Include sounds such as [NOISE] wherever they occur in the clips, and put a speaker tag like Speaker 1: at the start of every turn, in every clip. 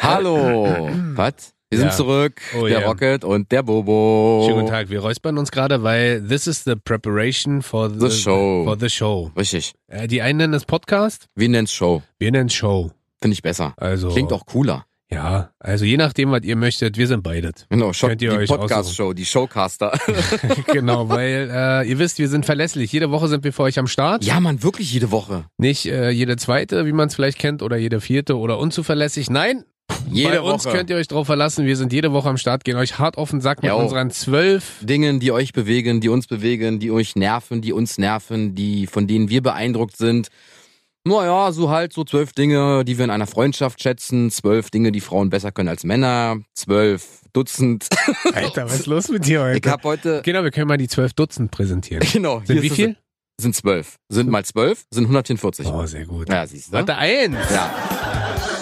Speaker 1: Hallo. [CLEARS THROAT] Was? Wir sind
Speaker 2: Ja.
Speaker 1: zurück.
Speaker 2: Oh,
Speaker 1: der
Speaker 2: ja.
Speaker 1: Rocket und der Bobo.
Speaker 2: Schönen guten Tag, wir räuspern uns gerade, weil this is the preparation for the,
Speaker 1: The show.
Speaker 2: For the show.
Speaker 1: Richtig.
Speaker 2: Äh, die einen nennen es Podcast,
Speaker 1: Wir nennen es Show.
Speaker 2: wir nennen es Show.
Speaker 1: Finde ich besser.
Speaker 2: Also,
Speaker 1: Klingt auch cooler.
Speaker 2: Ja, also je nachdem, was ihr möchtet, wir
Speaker 1: [LAUGHS]
Speaker 2: sind beides. [LAUGHS]
Speaker 1: Genau, Show,
Speaker 2: Könnt ihr
Speaker 1: die
Speaker 2: euch
Speaker 1: Podcast-Show, die Showcaster.
Speaker 2: genau, weil äh, ihr wisst, wir sind verlässlich. Jede Woche sind wir für euch am Start.
Speaker 1: ja, man, wirklich jede Woche.
Speaker 2: Nicht äh, jede zweite, wie man es vielleicht kennt, oder jede vierte oder unzuverlässig. Nein,
Speaker 1: Jede
Speaker 2: bei uns
Speaker 1: Woche.
Speaker 2: könnt ihr euch drauf verlassen. Wir sind jede Woche am Start, gehen euch hart auf den Sack mit
Speaker 1: Jo. [LAUGHS]
Speaker 2: unseren zwölf.
Speaker 1: Dingen, die euch bewegen, die uns bewegen, die euch nerven, die uns nerven, die von denen wir beeindruckt sind. Naja, so halt so zwölf Dinge, die wir in einer Freundschaft schätzen, zwölf Dinge, die Frauen besser können als Männer, zwölf Dutzend.
Speaker 2: Alter, was ist los mit dir
Speaker 1: Ich
Speaker 2: heute?
Speaker 1: hab heute
Speaker 2: Genau, wir können mal die zwölf Dutzend präsentieren.
Speaker 1: [LAUGHS] genau.
Speaker 2: Sind
Speaker 1: hier
Speaker 2: wie
Speaker 1: ist es-
Speaker 2: viel?
Speaker 1: Sind zwölf. Sind mal zwölf, sind 144.
Speaker 2: Oh, sehr gut.
Speaker 1: Ja, siehst du. ne?
Speaker 2: Warte, eins.
Speaker 1: Ja.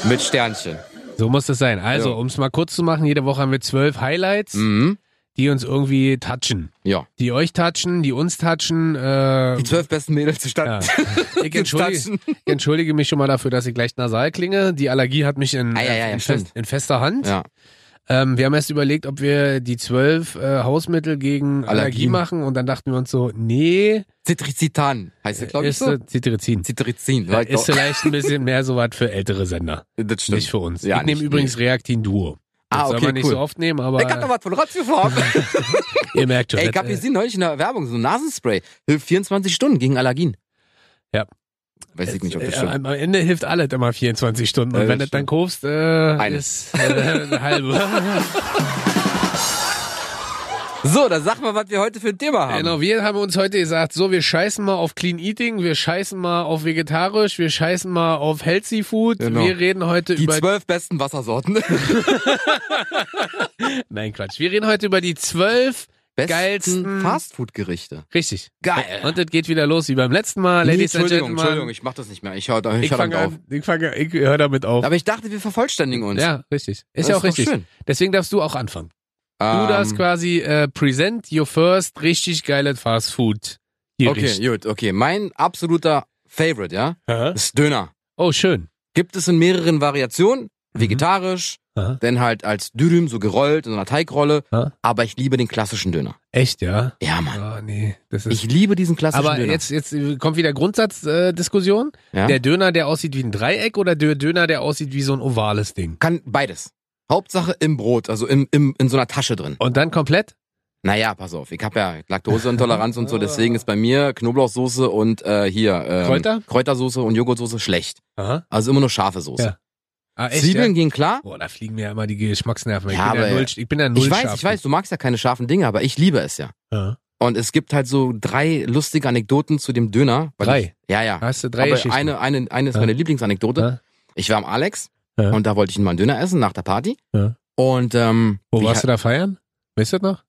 Speaker 1: Mit Sternchen.
Speaker 2: So muss das sein. Also,
Speaker 1: Jo.
Speaker 2: um es mal kurz zu machen, jede Woche haben wir zwölf Highlights,
Speaker 1: Mhm.
Speaker 2: die uns irgendwie touchen.
Speaker 1: Ja.
Speaker 2: Die euch touchen, die uns touchen. Äh,
Speaker 1: Die zwölf besten Mädels zur [LAUGHS]
Speaker 2: ja.
Speaker 1: Stadt.
Speaker 2: Ich entschuldige,
Speaker 1: Touchen.
Speaker 2: ich entschuldige mich schon mal dafür, dass ich gleich nasal klinge. Die Allergie hat mich in,
Speaker 1: Ah, ja,
Speaker 2: äh,
Speaker 1: ja, ja,
Speaker 2: in,
Speaker 1: stimmt.
Speaker 2: fest, in fester Hand.
Speaker 1: Ja.
Speaker 2: Ähm, wir haben erst überlegt, ob wir die zwölf äh, Hausmittel gegen Allergie
Speaker 1: Allergien.
Speaker 2: machen und dann dachten wir uns so, nee,
Speaker 1: Zitricitan heißt das, glaube ich,
Speaker 2: ist
Speaker 1: so.
Speaker 2: äh, Cetirizin.
Speaker 1: Zitrizin.
Speaker 2: Ja,
Speaker 1: Leute.
Speaker 2: Ist vielleicht ein bisschen mehr so was für ältere Sender,
Speaker 1: das stimmt.
Speaker 2: nicht für uns.
Speaker 1: Ja,
Speaker 2: ich nehme
Speaker 1: nicht-
Speaker 2: übrigens Reaktin Duo. Das
Speaker 1: Ah,
Speaker 2: soll
Speaker 1: okay,
Speaker 2: man nicht
Speaker 1: cool.
Speaker 2: so oft nehmen,
Speaker 1: Ich hab noch
Speaker 2: aber
Speaker 1: was von Rotzgefahren.
Speaker 2: ihr merkt schon.
Speaker 1: Ey, ich
Speaker 2: [LAUGHS] das,
Speaker 1: hab
Speaker 2: äh,
Speaker 1: gesehen neulich in der Werbung, so ein Nasenspray. Hilft 24 Stunden gegen Allergien.
Speaker 2: Ja.
Speaker 1: Weiß ich nicht, ob
Speaker 2: Äh,
Speaker 1: das stimmt.
Speaker 2: am am Ende hilft alles immer 24 Stunden. Und
Speaker 1: Ja, das
Speaker 2: wenn du dann
Speaker 1: stimmt.
Speaker 2: kaufst, äh,
Speaker 1: Eine.
Speaker 2: ist äh,
Speaker 1: [LAUGHS]
Speaker 2: eine halbe.
Speaker 1: So, dann sag mal, was wir heute für ein Thema haben.
Speaker 2: äh, Genau, wir haben uns heute gesagt, so, wir scheißen mal auf Clean Eating, wir scheißen mal auf vegetarisch, wir scheißen mal auf Healthy Food.
Speaker 1: Genau.
Speaker 2: Wir reden heute
Speaker 1: Die
Speaker 2: über.
Speaker 1: zwölf besten Wassersorten.
Speaker 2: Nein, Quatsch. Wir reden heute über die zwölf geilsten.
Speaker 1: Besten Fastfood-Gerichte.
Speaker 2: Richtig.
Speaker 1: Geil.
Speaker 2: Und das geht wieder los wie beim letzten Mal.
Speaker 1: Nee,
Speaker 2: Ladies and
Speaker 1: Entschuldigung,
Speaker 2: Gentlemen.
Speaker 1: Entschuldigung, ich mach das nicht mehr. Ich hör, ich
Speaker 2: Ich
Speaker 1: hör damit
Speaker 2: fange
Speaker 1: auf.
Speaker 2: an. Ich fange, ich höre damit auf.
Speaker 1: Aber ich dachte, wir vervollständigen uns.
Speaker 2: Ja, richtig.
Speaker 1: Das
Speaker 2: Ist ja auch
Speaker 1: doch
Speaker 2: richtig.
Speaker 1: Schön.
Speaker 2: Deswegen darfst du auch anfangen. Du
Speaker 1: Ähm,
Speaker 2: darfst quasi äh, present your first richtig geiles Fast Food. Gericht.
Speaker 1: Okay, gut, okay. Mein absoluter Favorite, ja,
Speaker 2: Aha.
Speaker 1: ist Döner.
Speaker 2: Oh, schön.
Speaker 1: Gibt es in mehreren Variationen.
Speaker 2: Mhm.
Speaker 1: Vegetarisch,
Speaker 2: Aha.
Speaker 1: dann halt als Dürüm so gerollt in einer Teigrolle.
Speaker 2: Aha.
Speaker 1: Aber ich liebe den klassischen Döner.
Speaker 2: Echt, ja?
Speaker 1: Ja, Mann.
Speaker 2: Oh, nee. Das ist
Speaker 1: Ich liebe diesen klassischen
Speaker 2: Aber
Speaker 1: Döner.
Speaker 2: jetzt, jetzt kommt wieder Grundsatzdiskussion. Äh, Diskussion.
Speaker 1: ja?
Speaker 2: Der Döner, der aussieht wie ein Dreieck oder der Döner, der aussieht wie so ein ovales Ding?
Speaker 1: Kann beides. Hauptsache im Brot, also im, im, in so einer Tasche drin.
Speaker 2: Und dann komplett?
Speaker 1: Naja, pass auf, ich habe ja Laktoseintoleranz und so, deswegen ist bei mir Knoblauchsoße und äh, hier ähm,
Speaker 2: Kräuter?
Speaker 1: Kräutersoße und Joghurtsoße schlecht.
Speaker 2: Aha.
Speaker 1: Also immer nur scharfe Soße.
Speaker 2: Ja. Ah, echt,
Speaker 1: Zwiebeln
Speaker 2: Ja?
Speaker 1: gehen klar.
Speaker 2: Boah, da fliegen mir ja immer die Geschmacksnerven. Ich,
Speaker 1: Ja,
Speaker 2: bin, ja
Speaker 1: aber-
Speaker 2: null, ich bin ja null
Speaker 1: Ich weiß,
Speaker 2: scharf.
Speaker 1: ich weiß, du magst ja keine scharfen Dinge, aber ich liebe es ja.
Speaker 2: Ja.
Speaker 1: Und es gibt halt so drei lustige Anekdoten zu dem Döner. weil
Speaker 2: Drei?
Speaker 1: Ich, ja, ja.
Speaker 2: Hast du drei
Speaker 1: aber
Speaker 2: Geschichten?
Speaker 1: eine, eine, eine ist
Speaker 2: Ja.
Speaker 1: meine Lieblingsanekdote.
Speaker 2: Ja.
Speaker 1: Ich war am Alex
Speaker 2: Ja.
Speaker 1: und da wollte ich mal einen Döner essen nach der Party.
Speaker 2: Ja.
Speaker 1: Und ähm,
Speaker 2: Wo
Speaker 1: ich
Speaker 2: warst du da feiern? Weißt du das noch?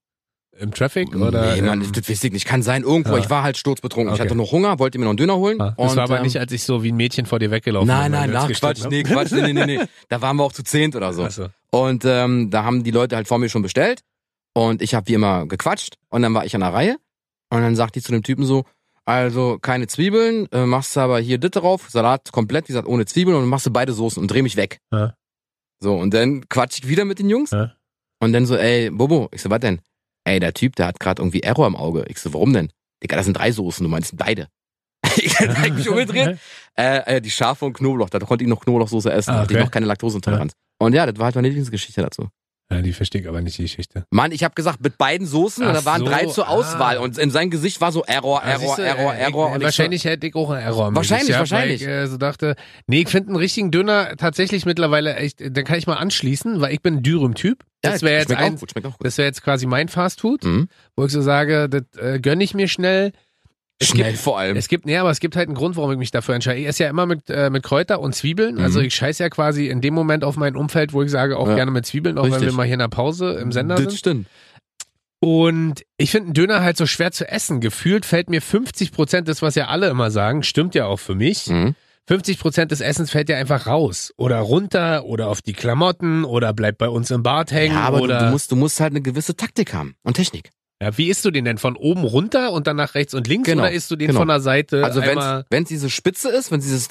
Speaker 2: Im Traffic? Oder,
Speaker 1: nee, Mann,
Speaker 2: ähm,
Speaker 1: das weiß ich nicht. Kann sein, irgendwo.
Speaker 2: Ja.
Speaker 1: Ich war halt sturzbetrunken. Ich
Speaker 2: Okay.
Speaker 1: hatte noch Hunger, wollte mir noch einen Döner holen.
Speaker 2: ah, das
Speaker 1: und,
Speaker 2: war aber
Speaker 1: ähm,
Speaker 2: nicht, als ich so wie ein Mädchen vor dir weggelaufen
Speaker 1: Nein,
Speaker 2: bin. weil
Speaker 1: nein,
Speaker 2: du jetzt ne?
Speaker 1: nein,
Speaker 2: gestritten
Speaker 1: Quatsch, nee,
Speaker 2: hast.
Speaker 1: Quatsch, nee, nee, nee,
Speaker 2: [LAUGHS]
Speaker 1: nee. Da waren wir auch zu zehnt oder so. [LAUGHS]
Speaker 2: Ach so.
Speaker 1: Und ähm, da haben die Leute halt vor mir schon bestellt und ich habe wie immer gequatscht und dann war ich an der Reihe und dann sagt die zu dem Typen so, also keine Zwiebeln, äh, machst aber hier das drauf, Salat komplett, wie gesagt, ohne Zwiebeln und dann machst du beide Soßen und dreh mich weg.
Speaker 2: Ja.
Speaker 1: So, und dann quatsch ich wieder mit den Jungs
Speaker 2: Ja.
Speaker 1: und dann so, ey, Bobo, ich so, was denn? Ey, der Typ, der hat gerade irgendwie Error im Auge. Ich so, warum denn? Digga, das sind drei Soßen, du meinst beide. [LAUGHS]
Speaker 2: [LAUGHS]
Speaker 1: ich hab mich umgedreht äh, äh, die Schafe und Knoblauch. Da konnte ich noch Knoblauchsoße essen.
Speaker 2: Ah,
Speaker 1: Da hatte ich
Speaker 2: okay.
Speaker 1: noch keine Laktoseintoleranz. Und ja, das war halt meine Lieblingsgeschichte dazu.
Speaker 2: Ja, die verstehe ich aber nicht, die Geschichte.
Speaker 1: Mann, ich habe gesagt, mit beiden Soßen, und
Speaker 2: Ach
Speaker 1: da waren
Speaker 2: so,
Speaker 1: drei zur
Speaker 2: ah.
Speaker 1: Auswahl. Und in seinem Gesicht war so Error,
Speaker 2: Ja,
Speaker 1: Error,
Speaker 2: siehste,
Speaker 1: Error,
Speaker 2: äh,
Speaker 1: Error. und
Speaker 2: Ich, äh,
Speaker 1: ich
Speaker 2: wahrscheinlich hätte ich auch einen Error. am
Speaker 1: Wahrscheinlich,
Speaker 2: Gesicht,
Speaker 1: wahrscheinlich.
Speaker 2: Weil ich äh, so dachte, nee, ich finde einen richtigen Döner tatsächlich mittlerweile echt, äh, dann kann ich mal anschließen, weil ich bin ein Dürüm-Typ.
Speaker 1: So,
Speaker 2: Das wäre jetzt
Speaker 1: schmeckt auch
Speaker 2: eins,
Speaker 1: gut, schmeckt auch gut.
Speaker 2: das wäre jetzt quasi mein Fastfood,
Speaker 1: Mhm.
Speaker 2: wo ich so sage, das äh, gönne ich mir schnell. Es
Speaker 1: Schnell
Speaker 2: Gibt,
Speaker 1: vor allem.
Speaker 2: es gibt, nee, aber es gibt halt einen Grund, warum ich mich dafür entscheide. Ich esse ja immer mit, äh, mit Kräuter und Zwiebeln.
Speaker 1: Mhm.
Speaker 2: Also ich scheiße ja quasi in dem Moment auf mein Umfeld, wo ich sage, auch
Speaker 1: Ja.
Speaker 2: gerne mit Zwiebeln, auch wenn
Speaker 1: Richtig.
Speaker 2: wir mal hier in der Pause im Sender sind.
Speaker 1: das stimmt.
Speaker 2: Und ich finde einen Döner halt so schwer zu essen. Gefühlt fällt mir 50 Prozent, das was ja alle immer sagen, stimmt ja auch für mich.
Speaker 1: Mhm.
Speaker 2: 50 Prozent des Essens fällt ja einfach raus. Oder runter, oder auf die Klamotten, oder bleibt bei uns im Bad hängen.
Speaker 1: Ja, aber du,
Speaker 2: oder
Speaker 1: du, musst, du musst halt eine gewisse Taktik haben und Technik.
Speaker 2: Ja, wie isst du den denn? Von oben runter und dann nach rechts und links
Speaker 1: Genau,
Speaker 2: oder isst du den
Speaker 1: genau.
Speaker 2: von der Seite
Speaker 1: Also
Speaker 2: Äh, einmal?
Speaker 1: wenn es diese Spitze ist, wenn dieses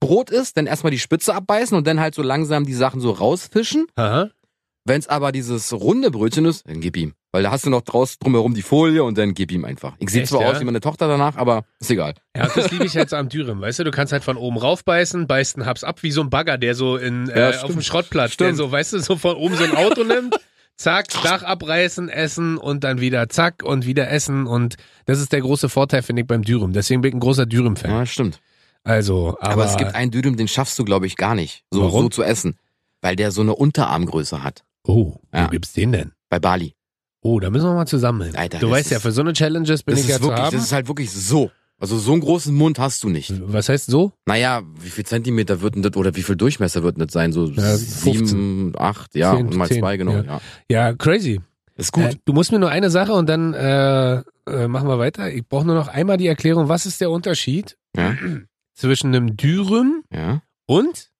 Speaker 1: Dreiecksbrot ist, dann erstmal die Spitze abbeißen und dann halt so langsam die Sachen so rausfischen.
Speaker 2: Aha.
Speaker 1: Wenn es aber dieses runde Brötchen ist, dann gib ihm. Weil da hast du noch draus drumherum die Folie und dann gib ihm einfach. Ich sehe
Speaker 2: Echt,
Speaker 1: zwar
Speaker 2: ja?
Speaker 1: aus wie meine Tochter danach, aber ist egal.
Speaker 2: Ja, und das liebe ich halt so am Dürüm, weißt du, du kannst halt von oben raufbeißen, beißt einen Haps ab wie so ein Bagger, der so in,
Speaker 1: Ja,
Speaker 2: äh, auf
Speaker 1: stimmt.
Speaker 2: dem Schrottplatz, der
Speaker 1: Stimmt.
Speaker 2: so, weißt du, so von oben so ein Auto nimmt, zack, Dach abreißen, essen und dann wieder zack und wieder essen und das ist der große Vorteil, finde ich, beim Dürüm. Deswegen bin ich ein großer Dürüm-Fan.
Speaker 1: Ja, stimmt.
Speaker 2: Also, aber,
Speaker 1: Aber, es gibt einen Dürüm, den schaffst du, glaube ich, gar nicht. So,
Speaker 2: Warum?
Speaker 1: so zu essen. Weil der so eine Unterarmgröße hat.
Speaker 2: oh, wo
Speaker 1: Ja.
Speaker 2: gibt's den denn?
Speaker 1: Bei Bali.
Speaker 2: Oh, da müssen wir mal zusammen hin.
Speaker 1: Alter,
Speaker 2: du
Speaker 1: das
Speaker 2: weißt ja,
Speaker 1: ist-
Speaker 2: für so eine Challenges bin
Speaker 1: Das
Speaker 2: ich ja
Speaker 1: ist,
Speaker 2: zu
Speaker 1: wirklich, das
Speaker 2: haben.
Speaker 1: ist halt wirklich so. Also so einen großen Mund hast du nicht.
Speaker 2: Was heißt so?
Speaker 1: Naja, wie viel Zentimeter wird denn das oder wie viel Durchmesser wird denn das sein? So
Speaker 2: Ja, 15.
Speaker 1: sieben, acht, ja,
Speaker 2: Zehn,
Speaker 1: und mal
Speaker 2: zehn,
Speaker 1: zwei, genau.
Speaker 2: ja.
Speaker 1: Ja.
Speaker 2: Ja, crazy.
Speaker 1: Ist
Speaker 2: Äh, du musst mir nur eine Sache und dann äh, äh, machen wir weiter. Ich brauche nur noch einmal die Erklärung, was ist der Unterschied
Speaker 1: Ja.
Speaker 2: [CLEARS THROAT] zwischen einem Dürüm
Speaker 1: ja.
Speaker 2: und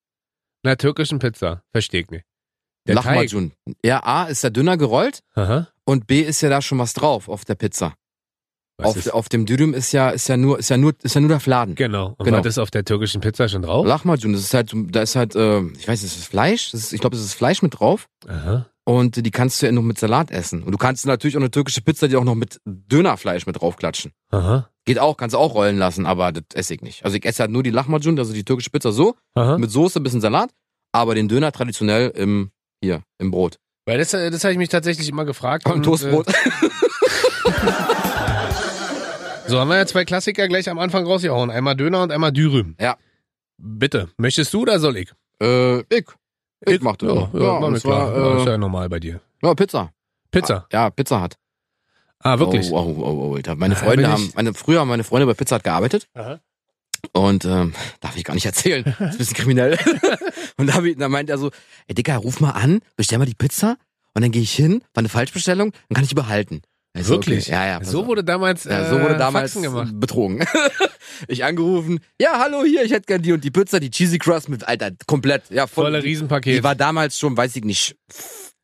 Speaker 2: einer türkischen Pizza? Verstehe ich nicht. Der Teig.
Speaker 1: Lachmajun. Ja, A ist ja dünner gerollt
Speaker 2: Aha.
Speaker 1: und B ist ja da schon was drauf auf der Pizza.
Speaker 2: Was
Speaker 1: Auf,
Speaker 2: ist,
Speaker 1: auf dem Dürüm ist ja, ist ja nur, ist ja nur, ist ja nur der Fladen.
Speaker 2: genau. Und
Speaker 1: genau.
Speaker 2: war das auf der türkischen Pizza schon drauf?
Speaker 1: Lachmajun, das ist halt, da ist halt, äh, ich weiß, das ist Fleisch, das ist, ich glaube, das ist Fleisch mit drauf.
Speaker 2: Aha.
Speaker 1: Und die kannst du ja noch mit Salat essen. Und du kannst natürlich auch eine türkische Pizza, die auch noch mit Dönerfleisch mit draufklatschen.
Speaker 2: Aha.
Speaker 1: Geht auch, kannst du auch rollen lassen, aber das esse ich nicht. Also ich esse halt nur die Lachmajun, also die türkische Pizza so,
Speaker 2: Aha.
Speaker 1: mit Soße, bisschen Salat, aber den Döner traditionell im, hier, im Brot. [LAUGHS]
Speaker 2: Weil das, äh, das habe ich mich tatsächlich immer gefragt.
Speaker 1: Im
Speaker 2: Und,
Speaker 1: Toastbrot.
Speaker 2: Äh, so haben wir ja zwei Klassiker gleich am Anfang rausgehauen. Einmal Döner und einmal Dürüm.
Speaker 1: Ja.
Speaker 2: Bitte. Möchtest du oder soll ich?
Speaker 1: Äh, ich. Ich, mach das.
Speaker 2: Ja, ja, mach
Speaker 1: und
Speaker 2: mir
Speaker 1: zwar,
Speaker 2: klar. ja, ist
Speaker 1: äh,
Speaker 2: ja normal bei dir.
Speaker 1: ja, Pizza.
Speaker 2: Pizza.
Speaker 1: Ja, Pizza hat.
Speaker 2: Ah, wirklich?
Speaker 1: Oh, oh, oh, oh, Alter. Meine
Speaker 2: Ah,
Speaker 1: Freunde
Speaker 2: bin ich-
Speaker 1: haben, meine, früher haben meine Freunde bei Pizza Hut gearbeitet
Speaker 2: Aha.
Speaker 1: und ähm, darf ich gar nicht
Speaker 2: [LAUGHS]
Speaker 1: erzählen. Ist ein bisschen kriminell. [LAUGHS] und da, hab ich- da meint er so, ey Dicker, ruf mal an, bestell mal die Pizza und dann gehe ich hin, war eine Falschbestellung, dann kann ich die behalten. Ich so,
Speaker 2: Wirklich?
Speaker 1: Okay. Ja, ja. pass
Speaker 2: So
Speaker 1: auf.
Speaker 2: wurde damals,
Speaker 1: Ja, so wurde
Speaker 2: äh,
Speaker 1: damals
Speaker 2: Faxen gemacht.
Speaker 1: betrogen. [LAUGHS] ich angerufen, ja, hallo hier, ich hätte gern die und die Pizza, die Cheesy Crust mit, Alter, komplett. Ja, voll,
Speaker 2: Volle
Speaker 1: Die
Speaker 2: Riesenpaket.
Speaker 1: war damals schon, weiß ich nicht,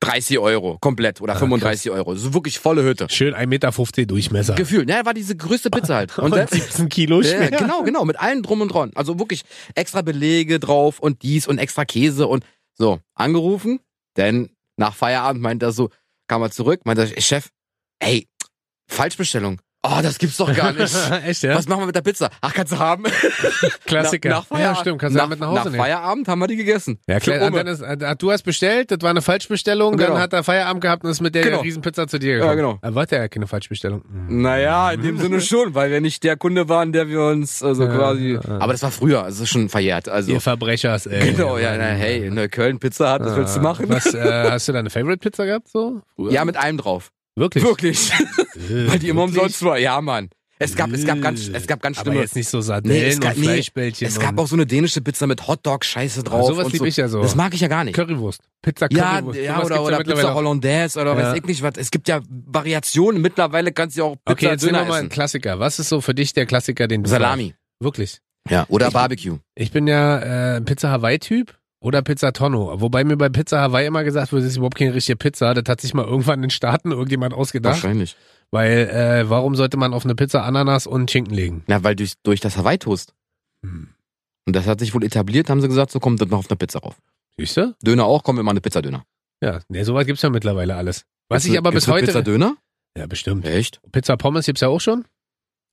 Speaker 1: 30 Euro, komplett
Speaker 2: Ah,
Speaker 1: oder 35 Euro. So wirklich volle Hütte.
Speaker 2: Schön 1,50 Meter Durchmesser. [LAUGHS]
Speaker 1: Gefühlt, ja, war diese größte Pizza halt. Und
Speaker 2: und
Speaker 1: dann,
Speaker 2: 17 Kilo
Speaker 1: ja,
Speaker 2: schwer.
Speaker 1: genau, genau, mit allem drum und dran. Also wirklich extra Belege drauf und dies und extra Käse und so, angerufen, denn nach Feierabend meint er so, kam er zurück, meint er, Chef, ey, Falschbestellung. Oh, das gibt's doch gar nicht.
Speaker 2: Echt, [LAUGHS] ja?
Speaker 1: Was machen wir mit der Pizza? Ach, kannst du haben.
Speaker 2: Klassiker.
Speaker 1: Nach, nach Feierabend.
Speaker 2: Ja, stimmt. Kannst du damit nach Hause
Speaker 1: Nach
Speaker 2: nehmen.
Speaker 1: Feierabend haben wir die gegessen.
Speaker 2: Ja, klar.
Speaker 1: Für
Speaker 2: Und
Speaker 1: Umme.
Speaker 2: dann ist, äh, du hast bestellt, das war eine Falschbestellung, dann
Speaker 1: Genau.
Speaker 2: hat er Feierabend gehabt und ist mit der
Speaker 1: Genau.
Speaker 2: Riesenpizza zu dir gekommen.
Speaker 1: Ja, genau.
Speaker 2: Aber war ja keine Falschbestellung. Hm.
Speaker 1: Naja, in dem
Speaker 2: [LAUGHS]
Speaker 1: Sinne schon, weil wir nicht der Kunde waren, der wir uns also
Speaker 2: Ja,
Speaker 1: quasi.
Speaker 2: ja, ja.
Speaker 1: Aber das war früher, es ist schon verjährt. Also
Speaker 2: Ihr Verbrechers, ey.
Speaker 1: genau, ja, na, hey, Neukölln Pizza hat, was
Speaker 2: Ah,
Speaker 1: willst du machen?
Speaker 2: Was, äh, hast du deine Favorite-Pizza gehabt so? Früher?
Speaker 1: Ja, mit allem drauf.
Speaker 2: [LAUGHS] Wirklich?
Speaker 1: Wirklich,
Speaker 2: Äh,
Speaker 1: weil die immer
Speaker 2: wirklich?
Speaker 1: umsonst war. Ja, Mann. Es gab, es gab ganz, es gab ganz
Speaker 2: Aber
Speaker 1: schlimme.
Speaker 2: jetzt nicht so
Speaker 1: Nee,
Speaker 2: Sardellen
Speaker 1: es gab-
Speaker 2: und
Speaker 1: nee,
Speaker 2: Fleischbällchen.
Speaker 1: Es gab
Speaker 2: und
Speaker 1: auch so eine dänische Pizza mit Hotdog-Scheiße drauf.
Speaker 2: sowas
Speaker 1: und
Speaker 2: lieb
Speaker 1: so.
Speaker 2: ich ja so.
Speaker 1: Das mag ich ja gar nicht.
Speaker 2: Currywurst. Pizza
Speaker 1: Ja,
Speaker 2: Currywurst.
Speaker 1: ja
Speaker 2: Sowas
Speaker 1: oder,
Speaker 2: gibt's
Speaker 1: oder
Speaker 2: mittlerweile
Speaker 1: Pizza
Speaker 2: auch.
Speaker 1: Hollandaise oder
Speaker 2: Ja.
Speaker 1: weiß ich nicht was. Es gibt ja Variationen. Mittlerweile kannst du ja auch Pizza
Speaker 2: Okay, jetzt nehmen
Speaker 1: Döner
Speaker 2: wir mal einen
Speaker 1: essen.
Speaker 2: Klassiker. Was ist so für dich der Klassiker, den du
Speaker 1: Salami.
Speaker 2: Wirklich.
Speaker 1: Ja, oder
Speaker 2: Ich-
Speaker 1: Barbecue.
Speaker 2: Ich bin ja äh, Pizza Hawaii-Typ oder Pizza Tonno. Wobei mir bei Pizza Hawaii immer gesagt wurde, das ist überhaupt keine richtige Pizza. Das hat sich mal irgendwann in den Staaten irgendjemand ausgedacht.
Speaker 1: Wahrscheinlich.
Speaker 2: Weil, äh, warum sollte man auf eine Pizza Ananas und Schinken legen?
Speaker 1: Na, weil durch, durch das Hawaii-Toast. Hm. Und das hat sich wohl etabliert, haben sie gesagt, so kommt das noch auf eine Pizza rauf.
Speaker 2: Siehst du?
Speaker 1: Döner auch, kommen wir mal eine Pizza-Döner.
Speaker 2: Ja, ne, sowas gibt's ja mittlerweile alles. Was
Speaker 1: Gibt's
Speaker 2: ich aber
Speaker 1: ne- gibt's
Speaker 2: bis
Speaker 1: ne
Speaker 2: heute.
Speaker 1: Pizza-Döner?
Speaker 2: Ja, bestimmt.
Speaker 1: Echt?
Speaker 2: Pizza Pommes gibt's ja auch schon.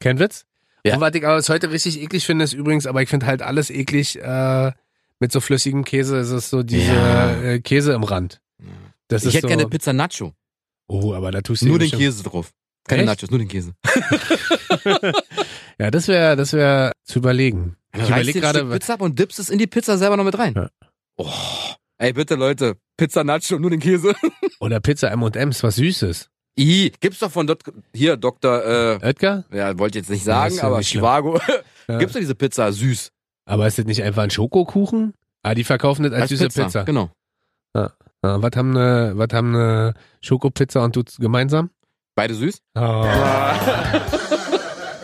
Speaker 2: Kein Witz.
Speaker 1: Ja.
Speaker 2: Und was ich aber bis heute richtig eklig finde, ist übrigens, aber ich finde halt alles eklig, äh, mit so flüssigem Käse, es ist so diese
Speaker 1: Ja.
Speaker 2: äh, Käse im Rand. Das
Speaker 1: ich
Speaker 2: ist
Speaker 1: hätte
Speaker 2: so,
Speaker 1: gerne Pizza Nacho.
Speaker 2: Oh, aber da tust du
Speaker 1: Nur den
Speaker 2: bestimmt-
Speaker 1: Käse drauf. Keine
Speaker 2: Echt?
Speaker 1: Nachos, nur den Käse.
Speaker 2: Ja, das wäre das wär zu überlegen. Ich überlege
Speaker 1: gerade
Speaker 2: gerade,
Speaker 1: Pizza ab und dippst es in die Pizza selber noch mit rein.
Speaker 2: Ja.
Speaker 1: Oh. Ey, bitte Leute, Pizza Nacho, nur den Käse.
Speaker 2: oder Pizza M&M's, was Süßes.
Speaker 1: [LAUGHS] I, gibt's doch von dort, hier, Dr., äh,
Speaker 2: Oetker?
Speaker 1: ja, wollte jetzt nicht
Speaker 2: Ja,
Speaker 1: sagen,
Speaker 2: ist ja
Speaker 1: aber
Speaker 2: nicht schlimm.
Speaker 1: Chivago. [LAUGHS]
Speaker 2: Ja.
Speaker 1: Gibt's doch diese Pizza süß.
Speaker 2: Aber ist das nicht einfach ein Schokokuchen? Ah, die verkaufen das als, süße Pizza.
Speaker 1: Genau.
Speaker 2: Ah, was haben ne, was haben ne Schokopizza und du z- gemeinsam?
Speaker 1: Beide süß?
Speaker 2: Oh.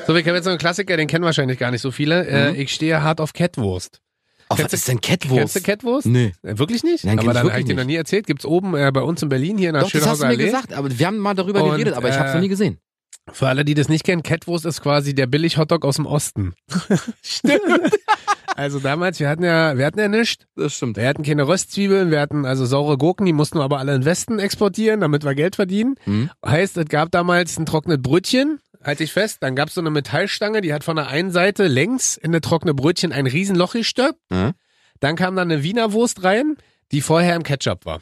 Speaker 2: So, wir haben jetzt noch einen Klassiker, den kennen wahrscheinlich gar nicht so viele. Äh,
Speaker 1: Mhm.
Speaker 2: ich stehe hart auf Kettwurst.
Speaker 1: Auf, was
Speaker 2: Kennst du-
Speaker 1: ist denn
Speaker 2: Kennst
Speaker 1: Catwurst?
Speaker 2: du Catwurst?
Speaker 1: Nee.
Speaker 2: Äh, Wirklich nicht?
Speaker 1: Hm? Nein, kenn
Speaker 2: aber
Speaker 1: ich
Speaker 2: dann habe ich
Speaker 1: wirklich
Speaker 2: dir noch nie erzählt. Gibt's oben äh, bei uns in Berlin hier in der
Speaker 1: Doch, das hast du
Speaker 2: Schönhauser
Speaker 1: mir
Speaker 2: Allee.
Speaker 1: gesagt, aber wir haben mal darüber
Speaker 2: Und,
Speaker 1: geredet, aber ich hab's
Speaker 2: äh,
Speaker 1: noch nie gesehen.
Speaker 2: Für alle, die das nicht kennen, Catwurst ist quasi der Billig-Hotdog aus
Speaker 1: [LAUGHS]
Speaker 2: dem Osten. Stimmt. also damals, wir hatten ja, wir hatten ja nichts.
Speaker 1: Das stimmt.
Speaker 2: Wir hatten keine Röstzwiebeln, wir hatten also saure Gurken, die mussten wir aber alle in den Westen exportieren, damit wir Geld verdienen.
Speaker 1: Hm?
Speaker 2: Heißt, es gab damals ein trocknet Brötchen, halte ich fest, dann gab's so eine Metallstange, die hat von der einen Seite längs in das trockene Brötchen ein Riesenloch gestoppt.
Speaker 1: Ja.
Speaker 2: Dann kam da eine Wiener Wurst rein, die vorher im Ketchup war.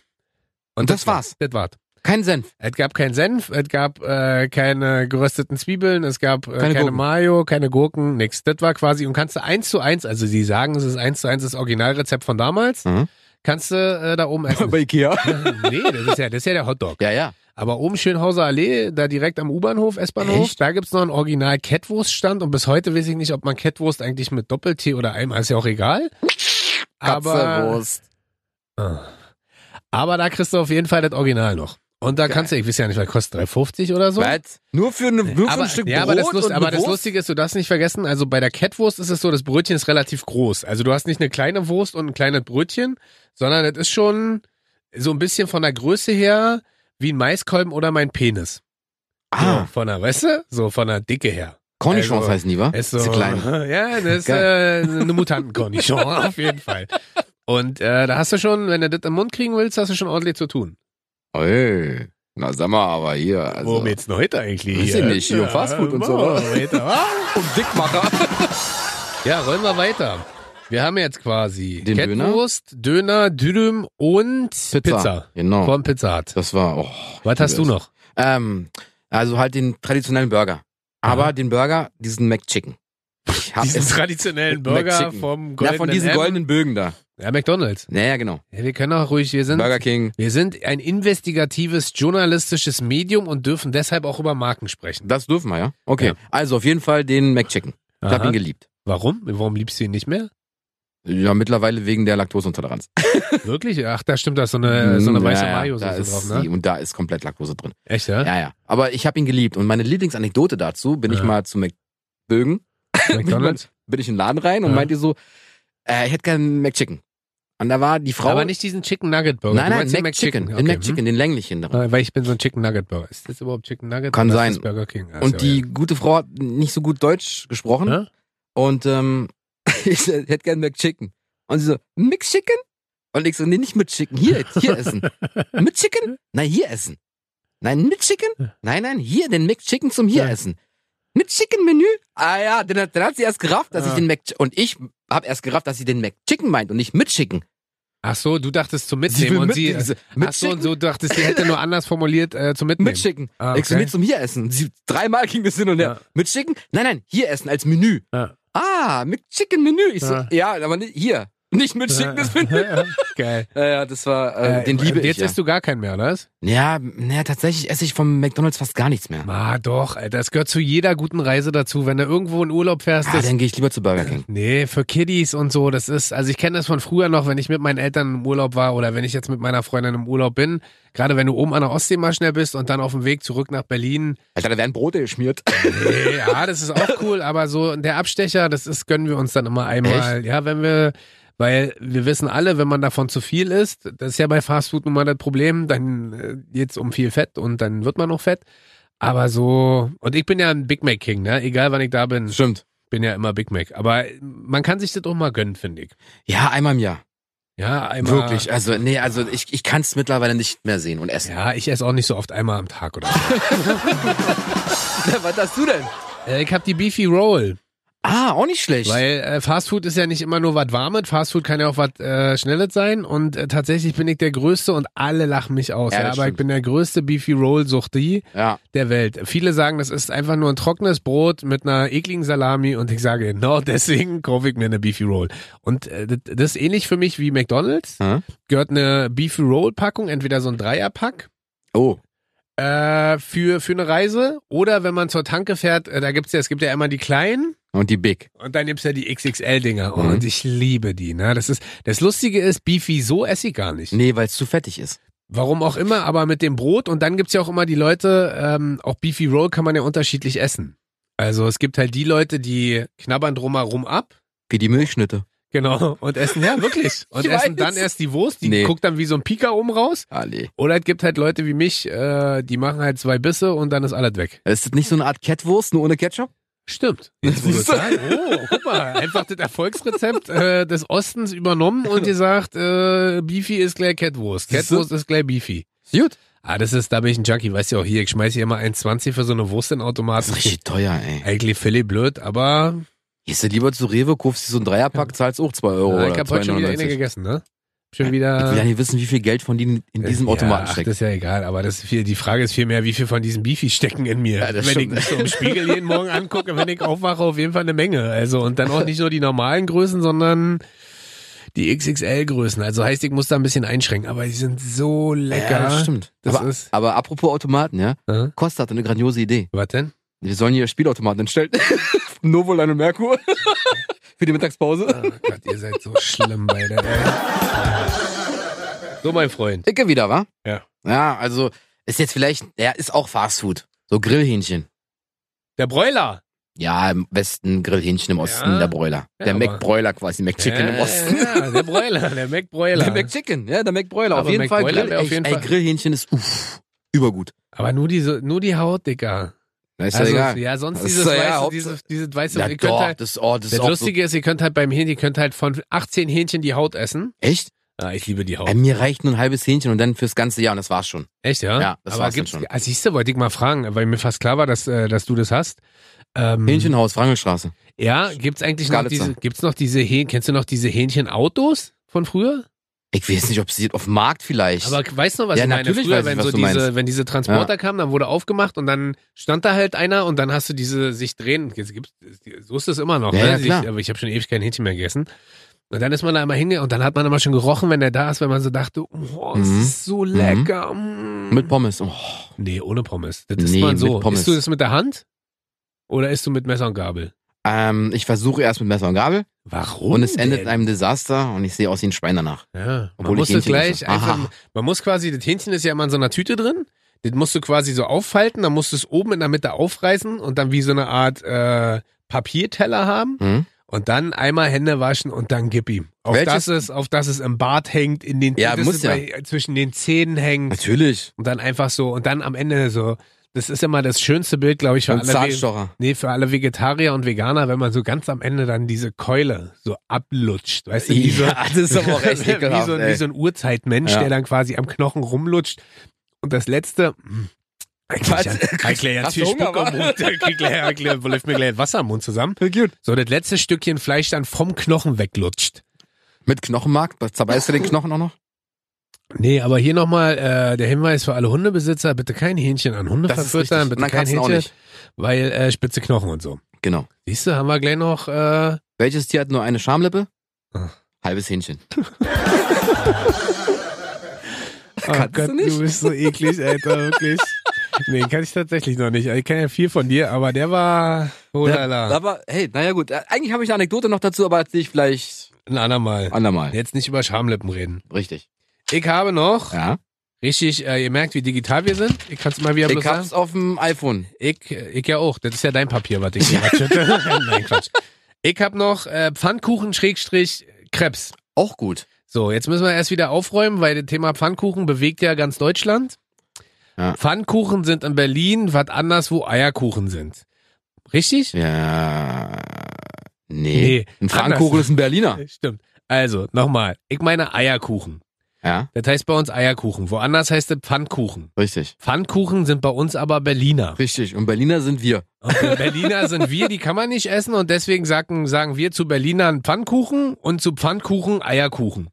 Speaker 1: Und das war's.
Speaker 2: Das war's.
Speaker 1: Kein Senf.
Speaker 2: Es gab keinen Senf, es gab äh, keine gerösteten Zwiebeln, es gab äh, keine,
Speaker 1: Gurken.
Speaker 2: Mayo, keine Gurken, nix. Das war quasi, und kannst du eins zu eins, also sie sagen, es ist eins zu eins das Originalrezept von damals,
Speaker 1: Mhm.
Speaker 2: kannst du äh, da
Speaker 1: [LAUGHS]
Speaker 2: oben essen.
Speaker 1: Ikea.
Speaker 2: nee, das ist, ja, das ist ja der Hotdog.
Speaker 1: Ja, ja.
Speaker 2: Aber oben Schönhauser Allee, da direkt am U-Bahnhof, S-Bahnhof,
Speaker 1: Echt?
Speaker 2: da gibt's noch einen original Kettwurststand und bis heute weiß ich nicht, ob man Kettwurst eigentlich mit Doppel-T oder einem, ist ja auch egal. Aber,
Speaker 1: Katzewurst.
Speaker 2: aber da kriegst du auf jeden Fall das Original noch. Und da
Speaker 1: Geil.
Speaker 2: kannst du, ich weiß ja nicht, was kostet 3,50 oder so?
Speaker 1: Was? Nur für, ne, nur für ein Stück
Speaker 2: ja,
Speaker 1: Brot
Speaker 2: aber, das, Lust,
Speaker 1: und
Speaker 2: aber
Speaker 1: eine
Speaker 2: das
Speaker 1: Wurst?
Speaker 2: Lustige ist, du darfst nicht vergessen, also bei der Catwurst ist es so, das Brötchen ist relativ groß. Also du hast nicht eine kleine Wurst und ein kleines Brötchen, sondern es ist schon so ein bisschen von der Größe her wie ein Maiskolben oder mein Penis. So,
Speaker 1: Ah,
Speaker 2: von der, weißt du? So von der Dicke her.
Speaker 1: Cornichons
Speaker 2: Also,
Speaker 1: heißen die, wa?
Speaker 2: Ist so,
Speaker 1: Diese kleinen.
Speaker 2: [LAUGHS] Ja, das ist äh,
Speaker 1: Geil. [LAUGHS]
Speaker 2: eine Mutantenkornichon, auf jeden Fall. Und äh, da hast du schon, wenn du das im Mund kriegen willst, hast du schon ordentlich zu tun.
Speaker 1: Ey, na sag mal, aber hier, also.
Speaker 2: Worum geht's denn heute eigentlich?
Speaker 1: Weiß ich nicht, hier um Fastfood und so,
Speaker 2: machen wir
Speaker 1: oder?
Speaker 2: weiter, wa?
Speaker 1: Und Dickmacher.
Speaker 2: Ja, rollen wir weiter. Wir haben jetzt quasi
Speaker 1: Den
Speaker 2: Kettwurst, Döner, Dürüm und Pizza.
Speaker 1: Genau.
Speaker 2: Von Pizza Hut.
Speaker 1: Das war, oh.
Speaker 2: Was hast du noch?
Speaker 1: Ähm, also halt den traditionellen Burger. Aber
Speaker 2: Aha.
Speaker 1: den Burger, diesen McChicken. Ich hab
Speaker 2: Diesen
Speaker 1: es.
Speaker 2: traditionellen Burger
Speaker 1: McChicken.
Speaker 2: vom goldenen
Speaker 1: Na, von diesen
Speaker 2: M.
Speaker 1: goldenen Bögen da.
Speaker 2: Ja, McDonalds.
Speaker 1: Naja, genau.
Speaker 2: Ja, wir können auch ruhig, wir sind,
Speaker 1: Burger King.
Speaker 2: wir sind ein investigatives, journalistisches Medium und dürfen deshalb auch über Marken sprechen.
Speaker 1: Das dürfen wir, ja? Okay.
Speaker 2: Ja.
Speaker 1: Also auf jeden Fall den McChicken. Ich hab
Speaker 2: Aha.
Speaker 1: ihn geliebt.
Speaker 2: Warum? Warum liebst du ihn
Speaker 1: [LAUGHS]
Speaker 2: nicht mehr?
Speaker 1: Ja, mittlerweile wegen der Laktoseintoleranz.
Speaker 2: Wirklich? Ach, da stimmt, da ist so eine, Äh, so eine
Speaker 1: Mm,
Speaker 2: weiße
Speaker 1: ja, ja, da
Speaker 2: Mayo-Soße
Speaker 1: ist
Speaker 2: drauf,
Speaker 1: sie
Speaker 2: ne?
Speaker 1: Und da ist komplett Laktose drin.
Speaker 2: Echt, ja?
Speaker 1: Ja, ja. Aber ich habe ihn geliebt. Und meine Lieblingsanekdote dazu, bin ich
Speaker 2: Ja.
Speaker 1: mal zu McBögen,
Speaker 2: [LAUGHS] McDonalds?
Speaker 1: bin ich in den Laden rein und
Speaker 2: Ja.
Speaker 1: meinte so, äh, ich hätte gern McChicken. Und da war die [LAUGHS] Frau...
Speaker 2: Aber nicht diesen Chicken Nugget Burger.
Speaker 1: nein,
Speaker 2: Du
Speaker 1: nein,
Speaker 2: meinst den
Speaker 1: McChicken. Den
Speaker 2: Okay, hm?
Speaker 1: McChicken, den länglichen drin.
Speaker 2: Äh, Weil ich bin so ein Chicken Nugget Burger. Ist das überhaupt Chicken Nugget?
Speaker 1: Kann
Speaker 2: das
Speaker 1: sein.
Speaker 2: Ist Burger King. Ach Ah, so,
Speaker 1: Und die gute Frau hat nicht so gut Deutsch gesprochen.
Speaker 2: Ja.
Speaker 1: Und ähm, [LAUGHS] ich so, ich hätte gern McChicken. Und sie so, McChicken? Und ich so, nee, nicht mit Chicken. Hier, hier
Speaker 2: [LAUGHS]
Speaker 1: essen. Mit Chicken? Nein, hier essen. Nein, mit Chicken? Nein, nein, hier, den McChicken zum hier
Speaker 2: Ja.
Speaker 1: essen. Mit Chicken-Menü? Ah ja, dann, hat- dann hat sie erst gerafft, dass
Speaker 2: Ah.
Speaker 1: ich den Mc... Und ich habe erst gerafft, dass sie den McChicken meint und nicht mit Chicken.
Speaker 2: Ach so, du dachtest zum
Speaker 1: Sie
Speaker 2: Mitnehmen
Speaker 1: will
Speaker 2: und
Speaker 1: mit,
Speaker 2: sie. äh,
Speaker 1: diese- mit
Speaker 2: Ach so, und
Speaker 1: Chicken?
Speaker 2: so dachtest, sie hätte nur anders formuliert äh, zum Mitnehmen.
Speaker 1: mit Chicken.
Speaker 2: Ah,
Speaker 1: Ich so,
Speaker 2: okay.
Speaker 1: nee, zum hier essen. Und Sie, dreimal [LAUGHS] ging das hin und her.
Speaker 2: Ja.
Speaker 1: Mit Chicken? Nein, nein, hier essen als Menü.
Speaker 2: Ja.
Speaker 1: Ah, mit Chicken-Menü. Ich so,
Speaker 2: Ja.
Speaker 1: ja, aber nicht, hier. [LAUGHS] Nicht mit Chicken, das Menü.
Speaker 2: Ah. [LAUGHS] Geil.
Speaker 1: Ja, ja, das war, äh, den
Speaker 2: Äh,
Speaker 1: liebe
Speaker 2: und Jetzt
Speaker 1: ich. Ja.
Speaker 2: isst du gar keinen mehr, oder? was?
Speaker 1: ja, naja, tatsächlich esse ich vom McDonalds fast gar nichts mehr.
Speaker 2: Ah, doch, Alter, das gehört zu jeder guten Reise dazu. Wenn du irgendwo in Urlaub fährst,
Speaker 1: Ah,
Speaker 2: das.
Speaker 1: dann gehe ich lieber zu Burger King.
Speaker 2: Nee, für Kiddies und so, das ist, also ich kenne das von früher noch, wenn ich mit meinen Eltern im Urlaub war oder wenn ich jetzt mit meiner Freundin im Urlaub bin, gerade wenn du oben an der Ostsee mal schnell bist und dann auf dem Weg zurück nach Berlin,
Speaker 1: Alter, da werden Brote geschmiert.
Speaker 2: Nee, ja, das ist auch cool, aber so der Abstecher, das ist, gönnen wir uns dann immer einmal. Ja, wenn wir, weil wir wissen alle, wenn man davon zu viel isst, das ist ja bei Fastfood nun mal das Problem, dann äh, geht's um viel Fett und dann wird man noch fett. Aber so, und ich bin ja ein Big Mac King, ne? Egal wann ich da
Speaker 1: [LAUGHS]
Speaker 2: bin,
Speaker 1: Stimmt.
Speaker 2: bin ja immer Big Mac. Aber man kann sich das auch mal gönnen, finde ich.
Speaker 1: Ja, einmal im Jahr.
Speaker 2: Ja, einmal.
Speaker 1: Wirklich. Also, nee, also ich, ich kann es mittlerweile nicht mehr sehen und essen.
Speaker 2: Ja, ich esse auch nicht so oft einmal am
Speaker 1: [LAUGHS]
Speaker 2: Tag oder so.
Speaker 1: Was hast du denn?
Speaker 2: Äh, ich hab die Beefy Roll.
Speaker 1: Ah, auch nicht schlecht.
Speaker 2: Weil äh, Fastfood ist ja nicht immer nur was Warmes, Fastfood kann ja auch was äh, Schnelles sein und äh, tatsächlich bin ich der Größte und alle lachen mich aus.
Speaker 1: Ja,
Speaker 2: Ja, aber
Speaker 1: das
Speaker 2: ich
Speaker 1: stimmt.
Speaker 2: bin der größte Beefy Roll Suchti
Speaker 1: ja.
Speaker 2: der Welt. Viele sagen, das ist einfach nur ein trockenes Brot mit einer ekligen Salami und ich sage, genau [LAUGHS] deswegen kaufe ich mir eine Beefy Roll. Und äh, das- das ist ähnlich für mich wie McDonald's.
Speaker 1: Hm?
Speaker 2: Gehört eine Beefy Roll Packung, entweder so ein Dreierpack
Speaker 1: Oh.
Speaker 2: äh, für, für eine Reise oder wenn man zur Tanke fährt, äh, da gibt's ja, es gibt ja immer die kleinen
Speaker 1: Und die Big.
Speaker 2: und dann gibt's ja die XXL-Dinger.
Speaker 1: Mhm.
Speaker 2: Oh, Und ich liebe die. Ne? Das, ist, das Lustige ist, Beefy so esse ich gar nicht.
Speaker 1: Nee, weil es zu fettig ist.
Speaker 2: Warum auch immer, aber mit dem Brot. Und dann gibt's ja auch immer die Leute, ähm, auch Beefy Roll kann man ja unterschiedlich essen. Also es gibt halt die Leute, die knabbern drumherum ab.
Speaker 1: Wie die Milchschnitte.
Speaker 2: Genau. Und essen, ja, wirklich.
Speaker 1: [LAUGHS]
Speaker 2: Und
Speaker 1: Ich weiß.
Speaker 2: essen dann erst die Wurst, die
Speaker 1: Nee.
Speaker 2: guckt dann wie so ein Pika oben raus.
Speaker 1: Ah, nee.
Speaker 2: Oder es gibt halt Leute wie mich, äh, die machen halt zwei Bisse und dann ist alles weg.
Speaker 1: Ist das nicht so eine Art Kettwurst, nur ohne Ketchup?
Speaker 2: Stimmt. Jetzt, wo du
Speaker 1: Siehst du?
Speaker 2: sagst, oh, guck mal, einfach das Erfolgsrezept äh, des Ostens übernommen und gesagt, äh, Beefy ist gleich Catwurst.
Speaker 1: Siehst du?
Speaker 2: Catwurst ist gleich Beefy.
Speaker 1: Gut.
Speaker 2: Ah, das ist, da bin ich ein Junkie, weißt du auch hier, ich schmeiß hier immer 1,20 für so eine Wurst in den
Speaker 1: Das
Speaker 2: Automaten.
Speaker 1: ist richtig teuer, ey.
Speaker 2: Eigentlich völlig blöd, aber
Speaker 1: Gehst du lieber zu Rewe, kaufst dir so einen Dreierpack, zahlst auch 2 Euro.
Speaker 2: äh,
Speaker 1: oder
Speaker 2: ich habe heute schon wieder
Speaker 1: 2,99.
Speaker 2: eine gegessen, ne? Schon
Speaker 1: Ich
Speaker 2: wieder.
Speaker 1: will Oh, ja nicht wissen, wie viel Geld von denen in diesem Automaten
Speaker 2: Äh, ja, ach,
Speaker 1: steckt.
Speaker 2: Das ist ja egal, aber das ist viel, die Frage ist vielmehr, wie viel von diesen Beefy stecken in mir.
Speaker 1: Ja, das
Speaker 2: wenn ich
Speaker 1: stimmt.
Speaker 2: mich so im Spiegel jeden Morgen angucke, wenn ich aufwache, auf jeden Fall eine Menge. Also und dann auch nicht nur die normalen Größen, sondern die XXL-Größen. Also heißt, ich muss da ein bisschen einschränken, aber die sind so lecker.
Speaker 1: Ja, das stimmt.
Speaker 2: Das
Speaker 1: aber,
Speaker 2: ist-
Speaker 1: aber apropos Automaten, ja.
Speaker 2: Äh,
Speaker 1: Costa hatte eine grandiose Idee.
Speaker 2: was denn?
Speaker 1: Wir sollen hier Spielautomaten entstellen. [LAUGHS] Novoline und Merkur. [LAUGHS] Für die Mittagspause.
Speaker 2: Oh Gott, ihr seid so schlimm beide. Ey. So, mein Freund.
Speaker 1: Icke wieder, wa?
Speaker 2: Ja.
Speaker 1: Ja, also ist jetzt vielleicht, ja, ist auch Fastfood. So Grillhähnchen.
Speaker 2: Der Broiler.
Speaker 1: Ja, im Westen Grillhähnchen, im Osten
Speaker 2: Ja.
Speaker 1: der Broiler.
Speaker 2: Ja,
Speaker 1: der
Speaker 2: aber-
Speaker 1: McBroiler quasi, McChicken im
Speaker 2: ja,
Speaker 1: Osten.
Speaker 2: Ja, der Broiler, der
Speaker 1: Der
Speaker 2: McBroiler.
Speaker 1: McChicken, ja, der McBroiler. Auf
Speaker 2: Aber
Speaker 1: jeden,
Speaker 2: McBroiler
Speaker 1: Fall,
Speaker 2: wär
Speaker 1: Grill,
Speaker 2: auf
Speaker 1: auf
Speaker 2: jeden
Speaker 1: ey,
Speaker 2: Fall-
Speaker 1: Grillhähnchen ist uff, übergut.
Speaker 2: aber nur die, nur die Haut, Digga.
Speaker 1: Na, ist
Speaker 2: also,
Speaker 1: ja egal.
Speaker 2: ja, sonst
Speaker 1: Das
Speaker 2: dieses
Speaker 1: ist ja
Speaker 2: weiße,
Speaker 1: Haupt-
Speaker 2: dieses, dieses weiße,
Speaker 1: Ja,
Speaker 2: ihr könnt
Speaker 1: doch,
Speaker 2: halt,
Speaker 1: das, oh, das
Speaker 2: das
Speaker 1: ist auch so,
Speaker 2: Lustige ist, ihr könnt halt beim Hähnchen, ihr könnt halt von 18 Hähnchen die Haut essen.
Speaker 1: Echt?
Speaker 2: Ah, ich liebe die Haut.
Speaker 1: Bei mir reicht nur ein halbes Hähnchen und dann fürs ganze Jahr und das war's schon.
Speaker 2: Echt, ja?
Speaker 1: ja, das
Speaker 2: Aber
Speaker 1: war's dann
Speaker 2: gibt's,
Speaker 1: schon.
Speaker 2: ah, siehst du, wollte ich mal fragen, weil mir fast klar war, dass, äh, dass du das hast. Ähm,
Speaker 1: Hähnchenhaus, Frangelstraße.
Speaker 2: Ja, gibt's eigentlich noch
Speaker 1: Skalitzer.
Speaker 2: diese, gibt's noch diese Hähnchen, kennst du noch diese Hähnchenautos von früher?
Speaker 1: Ich weiß nicht, ob sie auf dem Markt vielleicht.
Speaker 2: Aber weißt du noch, was
Speaker 1: Ja,
Speaker 2: ich meine?
Speaker 1: natürlich
Speaker 2: Früher,
Speaker 1: weiß ich,
Speaker 2: wenn
Speaker 1: was
Speaker 2: so
Speaker 1: du
Speaker 2: diese,
Speaker 1: meinst.
Speaker 2: wenn diese Transporter kamen, dann wurde aufgemacht und dann stand da halt einer und dann hast du diese sich drehen. Jetzt gibt's- So ist es immer noch,
Speaker 1: Ja,
Speaker 2: ne?
Speaker 1: ja,
Speaker 2: Sich-
Speaker 1: klar.
Speaker 2: aber ich habe schon ewig kein Hähnchen mehr gegessen. Und dann ist man da immer hinge und dann hat man immer schon gerochen, wenn der da ist, wenn man so dachte, oh, es
Speaker 1: Mhm.
Speaker 2: ist so lecker. mm.
Speaker 1: mit Pommes. Oh,
Speaker 2: nee, ohne Pommes. Das ist
Speaker 1: Nee,
Speaker 2: man so.
Speaker 1: mit Pommes.
Speaker 2: Isst du das mit der Hand? Oder isst du mit Messer und Gabel?
Speaker 1: ähm, ich versuche erst mit Messer und Gabel
Speaker 2: Warum?
Speaker 1: und, es endet in
Speaker 2: denn?
Speaker 1: einem Desaster und ich sehe aus wie ein Schwein danach.
Speaker 2: Ja, man
Speaker 1: Obwohl ich
Speaker 2: muss das
Speaker 1: Hähnchen
Speaker 2: gleich
Speaker 1: esse.
Speaker 2: einfach,
Speaker 1: Aha.
Speaker 2: man muss quasi, das Hähnchen ist ja immer in so einer Tüte drin, das musst du quasi so auffalten, dann musst du es oben in der Mitte aufreißen und dann wie so eine Art äh, Papierteller haben
Speaker 1: Hm?
Speaker 2: und dann einmal Hände waschen und dann gib ihm. Auf
Speaker 1: Welches-
Speaker 2: das es, auf das es im Bart hängt, in den
Speaker 1: Ja,
Speaker 2: das
Speaker 1: muss
Speaker 2: es
Speaker 1: ja.
Speaker 2: bei- zwischen den Zähnen hängt
Speaker 1: Natürlich.
Speaker 2: und dann einfach so und dann am Ende so, das ist immer das schönste Bild, glaube ich, für
Speaker 1: Und
Speaker 2: alle. Ve-
Speaker 1: Zahnstocher.
Speaker 2: Nee, für alle Vegetarier und Veganer, wenn man so ganz am Ende dann diese Keule so ablutscht, weißt du,
Speaker 1: [LAUGHS]
Speaker 2: wie so, [LAUGHS]
Speaker 1: Ja, das ist aber auch echt
Speaker 2: wie,
Speaker 1: ekelhaft,
Speaker 2: so, ein- wie
Speaker 1: ey.
Speaker 2: so ein Urzeitmensch,
Speaker 1: Ja.
Speaker 2: der dann quasi am Knochen rumlutscht. Und das letzte. hm,
Speaker 1: Was?
Speaker 2: Ich gleich ganz
Speaker 1: Hast
Speaker 2: viel
Speaker 1: du Hunger,
Speaker 2: Spuck
Speaker 1: wa?
Speaker 2: am Mund. Ich krieg gleich- ich gleich- läuft mir gleich Wasser im Mund zusammen. So, das letzte Stückchen Fleisch dann vom Knochen weglutscht.
Speaker 1: Mit Knochenmark, zerbeißt du den Knochen auch noch?
Speaker 2: Nee, aber hier nochmal äh, der Hinweis für alle Hundebesitzer, bitte kein Hähnchen an Hunde
Speaker 1: Das ist richtig.
Speaker 2: verfüttern,
Speaker 1: Und
Speaker 2: bitte
Speaker 1: dann
Speaker 2: kein
Speaker 1: Katzen auch
Speaker 2: Hähnchen,
Speaker 1: nicht.
Speaker 2: weil äh, spitze Knochen und so.
Speaker 1: Genau.
Speaker 2: Siehst du, haben wir gleich noch äh,
Speaker 1: Welches Tier hat nur eine Schamlippe?
Speaker 2: Ach.
Speaker 1: Halbes Hähnchen.
Speaker 2: Oh
Speaker 1: Kannst du
Speaker 2: Gott,
Speaker 1: nicht?
Speaker 2: du bist so eklig, Alter, wirklich. Nee, kann ich tatsächlich noch nicht. Also, Ich kenne ja viel von dir, aber der war. Oh la la.
Speaker 1: Aber hey, naja gut, Äh, eigentlich habe ich eine Anekdote noch dazu, aber erzähle ich vielleicht
Speaker 2: Ein andermal.
Speaker 1: andermal.
Speaker 2: Jetzt nicht über Schamlippen reden.
Speaker 1: Richtig.
Speaker 2: Ich habe noch,
Speaker 1: Ja.
Speaker 2: richtig, äh, ihr merkt, wie digital wir sind. Ich kann es mal wieder bloß
Speaker 1: Ich
Speaker 2: sagen.
Speaker 1: hab's auf dem iPhone.
Speaker 2: Ich, äh, ich ja auch. Das ist ja dein Papier,
Speaker 1: [LAUGHS]
Speaker 2: was ich hier ratsche. [LAUGHS] Nein, Quatsch. Ich habe noch äh, Pfannkuchen-Krebs.
Speaker 1: Auch gut.
Speaker 2: So, jetzt müssen wir erst wieder aufräumen, weil das Thema Pfannkuchen bewegt ja ganz Deutschland.
Speaker 1: Ja.
Speaker 2: Pfannkuchen sind in Berlin was anders, wo Eierkuchen sind. Richtig?
Speaker 1: Ja. Nee.
Speaker 2: Nee,
Speaker 1: Ein Pfannkuchen
Speaker 2: anders.
Speaker 1: ist ein Berliner.
Speaker 2: Stimmt. Also, nochmal. Ich meine Eierkuchen.
Speaker 1: Ja,
Speaker 2: Das heißt bei uns Eierkuchen. Woanders heißt es Pfannkuchen.
Speaker 1: richtig.
Speaker 2: Pfannkuchen sind bei uns aber Berliner.
Speaker 1: Richtig. Und Berliner sind wir.
Speaker 2: Und wir Berliner sind wir, die kann man nicht essen und deswegen sagen, sagen wir zu Berlinern Pfannkuchen und zu Pfannkuchen Eierkuchen.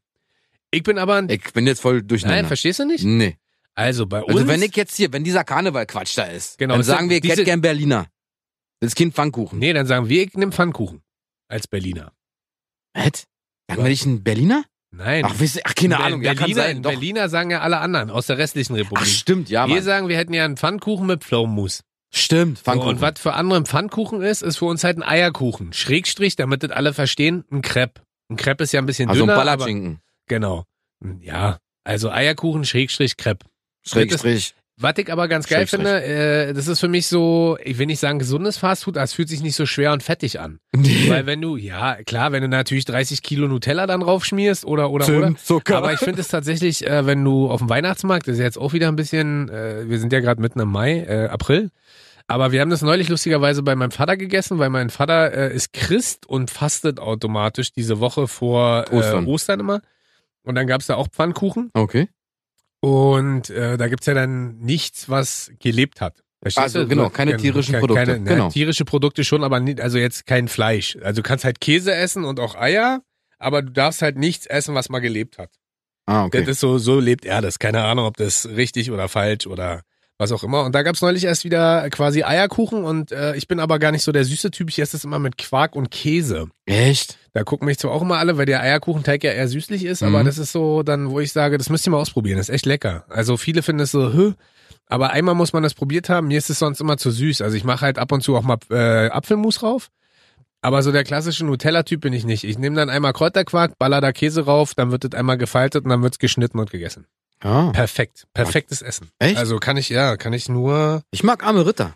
Speaker 2: Ich bin aber ein...
Speaker 1: Ich bin jetzt voll
Speaker 2: Nein,
Speaker 1: durcheinander.
Speaker 2: verstehst du nicht?
Speaker 1: nee.
Speaker 2: Also bei uns...
Speaker 1: Also wenn ich jetzt hier, wenn dieser Karnevalquatsch da ist,
Speaker 2: Genau,
Speaker 1: dann
Speaker 2: es sind
Speaker 1: sagen wir, ich
Speaker 2: diese-
Speaker 1: hätte gern Berliner. Das ist kein Pfannkuchen.
Speaker 2: Nee, dann sagen wir, ich nehme Pfannkuchen. Als Berliner.
Speaker 1: Was? Sagen wir nicht ein Berliner?
Speaker 2: Nein.
Speaker 1: Ach, wisst ihr- ach keine Ahnung, ja,
Speaker 2: Berliner,
Speaker 1: kann sein. Doch.
Speaker 2: Berliner sagen ja alle anderen aus der restlichen
Speaker 1: Ach,
Speaker 2: Republik.
Speaker 1: stimmt, ja,
Speaker 2: wir
Speaker 1: Mann.
Speaker 2: sagen, wir hätten ja einen Pfannkuchen mit Pflaumenmus.
Speaker 1: Stimmt,
Speaker 2: So,
Speaker 1: Pfannkuchen.
Speaker 2: und was für andere ein Pfannkuchen ist, ist für uns halt ein Eierkuchen. Schrägstrich, damit das alle verstehen, ein Crepe. Ein Crepe ist ja ein bisschen
Speaker 1: also ein
Speaker 2: dünner. aber,
Speaker 1: Ballerschinken.
Speaker 2: genau. Ja, also Eierkuchen, Schrägstrich, Crepe. [LAUGHS]
Speaker 1: Schrägstrich,
Speaker 2: Was ich aber ganz geil
Speaker 1: Schrägstrich.
Speaker 2: finde, äh, das ist für mich so, ich will nicht sagen gesundes Fastfood, aber es fühlt sich nicht so schwer und fettig an. Weil wenn du, ja klar, wenn du natürlich 30 Kilo Nutella dann raufschmierst oder oder oder.
Speaker 1: Zimtzucker.
Speaker 2: Aber ich finde es tatsächlich, äh, wenn du auf dem Weihnachtsmarkt, das ist jetzt auch wieder ein bisschen, äh, wir sind ja gerade mitten im Mai, äh, April, aber wir haben das neulich lustigerweise bei meinem Vater gegessen, weil mein Vater äh, ist Christ und fastet automatisch diese Woche vor äh,
Speaker 1: Ostern.
Speaker 2: Ostern. immer. Und dann gab es da auch Pfannkuchen
Speaker 1: Okay.
Speaker 2: und äh, da gibt's ja dann nichts, was gelebt hat. Verstehst
Speaker 1: Also,
Speaker 2: du?
Speaker 1: genau, keine tierischen Produkte,
Speaker 2: Keine, ne,
Speaker 1: genau.
Speaker 2: Tierische Produkte schon, aber nicht, also jetzt kein Fleisch. Also du kannst halt Käse essen und auch Eier, aber du darfst halt nichts essen, was mal gelebt hat.
Speaker 1: Ah, okay.
Speaker 2: Das ist so, so lebt er das. Keine Ahnung, ob das richtig oder falsch oder was auch immer. Und da gab's neulich erst wieder quasi Eierkuchen und äh, ich bin aber gar nicht so der süße Typ. Ich esse das immer mit Quark und Käse.
Speaker 1: Echt?
Speaker 2: Da gucken mich zwar auch immer alle, weil der Eierkuchenteig ja eher süßlich ist, aber
Speaker 1: Mhm.
Speaker 2: das ist so dann, wo ich sage, das müsst ihr mal ausprobieren. Das ist echt lecker. Also viele finden es so, hö, aber einmal muss man das probiert haben. Mir ist es sonst immer zu süß. Also ich mache halt ab und zu auch mal äh, Apfelmus rauf. Aber so der klassische Nutella-Typ bin ich nicht. Ich nehme dann einmal Kräuterquark, baller da Käse rauf, dann wird das einmal gefaltet und dann wird's geschnitten und gegessen.
Speaker 1: Ah.
Speaker 2: Perfekt. Perfektes Essen.
Speaker 1: Echt?
Speaker 2: Also kann ich, ja, kann ich nur.
Speaker 1: Ich mag arme Ritter.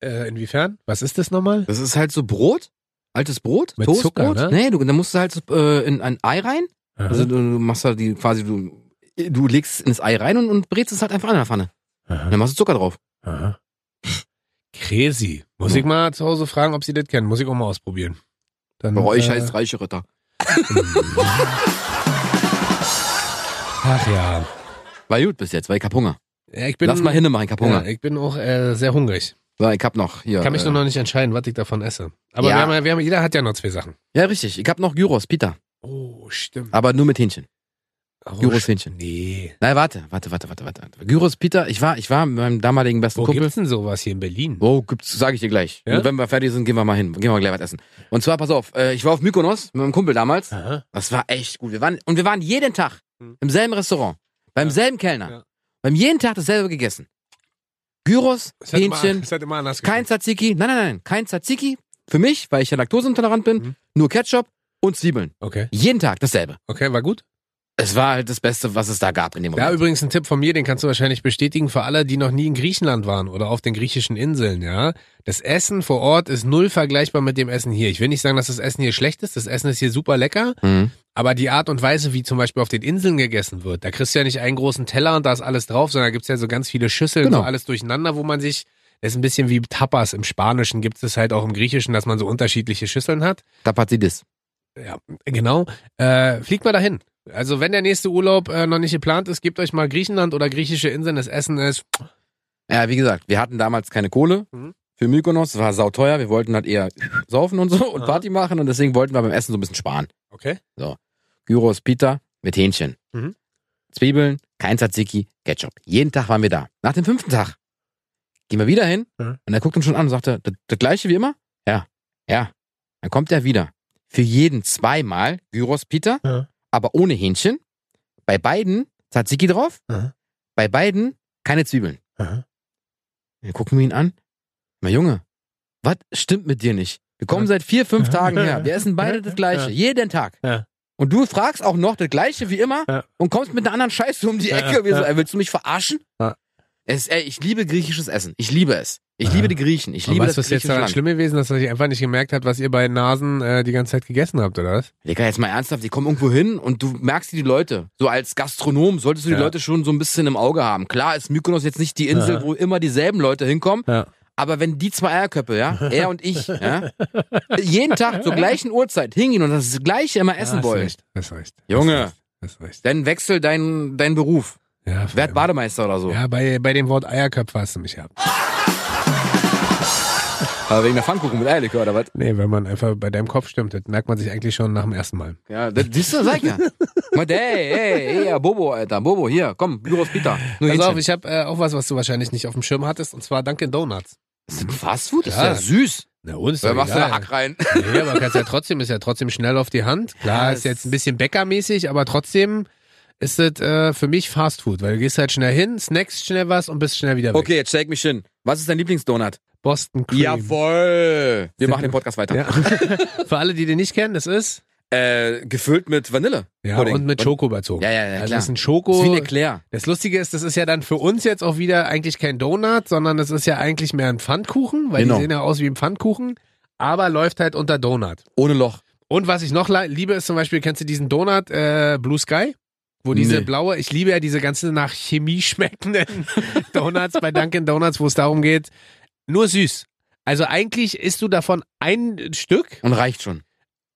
Speaker 2: Äh, inwiefern? Was ist das nochmal?
Speaker 1: Das ist halt so Brot, altes Brot,
Speaker 2: Mit
Speaker 1: Toastbrot.
Speaker 2: Zucker, ne?
Speaker 1: Nee, du, dann musst du halt so, äh, in ein Ei rein. Also du, du machst da die quasi, du, du legst ins Ei rein und, und brätst es halt einfach an der Pfanne. Und dann machst du Zucker drauf.
Speaker 2: Aha. Crazy. Muss
Speaker 1: Hm.
Speaker 2: ich mal zu Hause fragen, ob sie das kennen. Muss ich auch mal ausprobieren. Dann,
Speaker 1: Bei euch
Speaker 2: äh,
Speaker 1: heißt reiche Ritter.
Speaker 2: Ach ja.
Speaker 1: War gut bis jetzt, weil ich hab Hunger.
Speaker 2: ja ich bin,
Speaker 1: Lass mal hinne machen, ich hab Hunger.
Speaker 2: Ja, ich bin auch äh, sehr hungrig.
Speaker 1: Weil ich hab noch hier.
Speaker 2: Kann mich
Speaker 1: äh,
Speaker 2: nur noch nicht entscheiden, was ich davon esse. Aber
Speaker 1: Ja.
Speaker 2: wir haben, ja- wir haben, jeder hat ja noch zwei Sachen.
Speaker 1: Ja, richtig. Ich hab noch Gyros, Peter.
Speaker 2: Oh, stimmt.
Speaker 1: Aber nur mit Hähnchen.
Speaker 2: Oh,
Speaker 1: Gyros
Speaker 2: st-
Speaker 1: Hähnchen.
Speaker 2: Nee.
Speaker 1: Nein, warte, warte, warte, warte, warte. Gyros, Peter, ich war, ich war mit meinem damaligen besten
Speaker 2: Wo
Speaker 1: Kumpel.
Speaker 2: gibt's denn sowas hier in Berlin?
Speaker 1: Wo gibt's, sage ich dir gleich.
Speaker 2: Ja?
Speaker 1: Wenn wir fertig sind, gehen wir mal hin. Gehen wir gleich was essen. Und zwar, pass auf, äh, ich war auf Mykonos mit meinem Kumpel damals.
Speaker 2: Aha.
Speaker 1: Das war echt gut. Wir waren, und wir waren jeden Tag
Speaker 2: Hm.
Speaker 1: im selben Restaurant, beim
Speaker 2: Ja.
Speaker 1: selben Kellner.
Speaker 2: Ja.
Speaker 1: Wir haben jeden Tag dasselbe gegessen. Gyros,
Speaker 2: Es hat Immer,
Speaker 1: Hähnchen,
Speaker 2: es hat immer anders
Speaker 1: kein
Speaker 2: geschmeckt.
Speaker 1: Tzatziki. Nein, nein, nein, kein Tzatziki. Für mich, weil ich ja laktoseintolerant bin,
Speaker 2: Hm.
Speaker 1: nur Ketchup und Zwiebeln.
Speaker 2: Okay.
Speaker 1: Jeden Tag dasselbe.
Speaker 2: Okay, war gut.
Speaker 1: Es war halt das Beste, was es da gab in dem
Speaker 2: Da
Speaker 1: Moment.
Speaker 2: übrigens ein Tipp von mir, den kannst du wahrscheinlich bestätigen für alle, die noch nie in Griechenland waren oder auf den griechischen Inseln, ja. Das Essen vor Ort ist null vergleichbar mit dem Essen hier. Ich will nicht sagen, dass das Essen hier schlecht ist. Das Essen ist hier super lecker.
Speaker 1: Mhm.
Speaker 2: Aber die Art und Weise, wie zum Beispiel auf den Inseln gegessen wird, da kriegst du ja nicht einen großen Teller und da ist alles drauf, sondern da gibt's ja so ganz viele Schüsseln,
Speaker 1: Genau.
Speaker 2: so alles durcheinander, wo man sich, das ist ein bisschen wie Tapas. Im Spanischen gibt's es halt auch im Griechischen, dass man so unterschiedliche Schüsseln hat.
Speaker 1: Tapazidis.
Speaker 2: Ja, genau. Äh, fliegt mal dahin. Also wenn der nächste Urlaub äh, noch nicht geplant ist, gebt euch mal Griechenland oder griechische Inseln. Das Essen ist
Speaker 1: Ja, wie gesagt, wir hatten damals keine Kohle
Speaker 2: Mhm.
Speaker 1: für Mykonos. Es war sauteuer. Wir wollten halt
Speaker 2: [LAUGHS]
Speaker 1: eher saufen und so und
Speaker 2: Aha.
Speaker 1: Party machen. Und deswegen wollten wir beim Essen so ein bisschen sparen.
Speaker 2: okay.
Speaker 1: Gyros, Pita mit Hähnchen.
Speaker 2: Mhm.
Speaker 1: Zwiebeln, kein Tzatziki, Ketchup. Jeden Tag waren wir da. Nach dem fünften Tag gehen wir wieder hin.
Speaker 2: Mhm.
Speaker 1: Und er guckt uns schon an und sagte, das, das gleiche wie immer? Ja, ja. Dann kommt er wieder. Für jeden zweimal Gyros, Pita,
Speaker 2: Mhm.
Speaker 1: aber ohne Hähnchen. Bei beiden Tzatziki drauf.
Speaker 2: Mhm.
Speaker 1: Bei beiden keine Zwiebeln. Dann gucken wir ihn an. Na Junge, was stimmt mit dir nicht? Wir kommen seit vier, fünf
Speaker 2: Ja.
Speaker 1: Tagen her. Wir essen beide das Gleiche.
Speaker 2: Ja.
Speaker 1: Jeden Tag.
Speaker 2: Ja.
Speaker 1: Und du fragst auch noch das Gleiche wie immer
Speaker 2: Ja.
Speaker 1: und kommst mit einer anderen Scheiße um die
Speaker 2: Ja.
Speaker 1: Ecke. Wir so,
Speaker 2: Ja.
Speaker 1: ey, willst du mich verarschen?
Speaker 2: Ja.
Speaker 1: Es, ey, ich liebe griechisches Essen. Ich liebe es. Ich
Speaker 2: Ja.
Speaker 1: liebe die Griechen. Ich liebe
Speaker 2: Aber was
Speaker 1: das
Speaker 2: ist jetzt
Speaker 1: griechische
Speaker 2: daran
Speaker 1: Land.
Speaker 2: schlimm gewesen, dass ihr einfach nicht gemerkt habt, was ihr bei Nasen äh, die ganze Zeit gegessen habt, oder was?
Speaker 1: Digga, jetzt mal ernsthaft. Die kommen irgendwo hin und du merkst die Leute. So als Gastronom solltest du die
Speaker 2: Ja.
Speaker 1: Leute schon so ein bisschen im Auge haben. Klar ist Mykonos jetzt nicht die Insel,
Speaker 2: Ja.
Speaker 1: wo immer dieselben Leute hinkommen.
Speaker 2: Ja.
Speaker 1: Aber wenn die zwei Eierköpfe,
Speaker 2: [LAUGHS]
Speaker 1: ja, er und ich, ja, jeden Tag zur gleichen Uhrzeit hingehen und das gleiche immer essen
Speaker 2: hast
Speaker 1: wollen,
Speaker 2: Recht. Hast recht.
Speaker 1: Junge.
Speaker 2: Hast recht. Hast recht.
Speaker 1: dann wechsel deinen deinen Beruf.
Speaker 2: Ja,
Speaker 1: Werd Bademeister oder so.
Speaker 2: ja bei, bei dem Wort Eierköpfe hast du mich gehabt.
Speaker 1: Aber wegen der Pfannkuchen mit Eierlikör oder was?
Speaker 2: Nee, wenn man einfach bei deinem Kopf stimmt, das merkt man sich eigentlich schon nach dem ersten Mal.
Speaker 1: Ja, das siehst du, sag ich ja.
Speaker 2: [LAUGHS]
Speaker 1: Mal, hey, hey, hey, Bobo, Alter, Bobo, hier, komm, Gyros Pita. Nur
Speaker 2: Pass
Speaker 1: Hähnchen.
Speaker 2: auf, ich habe äh, auch was, was du wahrscheinlich nicht auf dem Schirm hattest, und zwar Dunkin' Donuts.
Speaker 1: Das ist Fast Food, das ist
Speaker 2: Ja.
Speaker 1: ja süß.
Speaker 2: Na uns,
Speaker 1: Da machst du eine Hack rein.
Speaker 2: Nee, aber kannst ja trotzdem, ist ja trotzdem schnell auf die Hand. Klar,
Speaker 1: Ja,
Speaker 2: ist
Speaker 1: es-
Speaker 2: jetzt ein bisschen bäckermäßig, aber trotzdem ist es äh, für mich Fast Food, weil du gehst halt schnell hin, snackst schnell was und bist schnell wieder weg.
Speaker 1: Okay, jetzt steig mich hin. Was ist dein Lieblingsdonut?
Speaker 2: Boston Cream.
Speaker 1: Jawoll. Wir machen den Podcast weiter.
Speaker 2: Ja. Für alle, die den nicht kennen, das ist
Speaker 1: Äh, gefüllt mit Vanille.
Speaker 2: Ja,
Speaker 1: Pudding.
Speaker 2: und mit Schoko überzogen.
Speaker 1: Ja, ja, ja,
Speaker 2: also
Speaker 1: klar.
Speaker 2: das ist ein Schoko.
Speaker 1: ist wie eine Eclair.
Speaker 2: Das Lustige ist, das ist ja dann für uns jetzt auch wieder eigentlich kein Donut, sondern das ist ja eigentlich mehr ein Pfannkuchen, weil
Speaker 1: Genau.
Speaker 2: die sehen ja aus wie ein Pfannkuchen, aber läuft halt unter Donut.
Speaker 1: Ohne Loch.
Speaker 2: Und was ich noch li- liebe, ist zum Beispiel, kennst du diesen Donut äh, Blue Sky? Wo diese
Speaker 1: Nee.
Speaker 2: blaue, ich liebe ja diese ganzen nach Chemie [LAUGHS] schmeckenden Donuts bei Dunkin' Donuts, wo es darum geht, nur süß. Also eigentlich isst du davon ein Stück,
Speaker 1: Und reicht schon.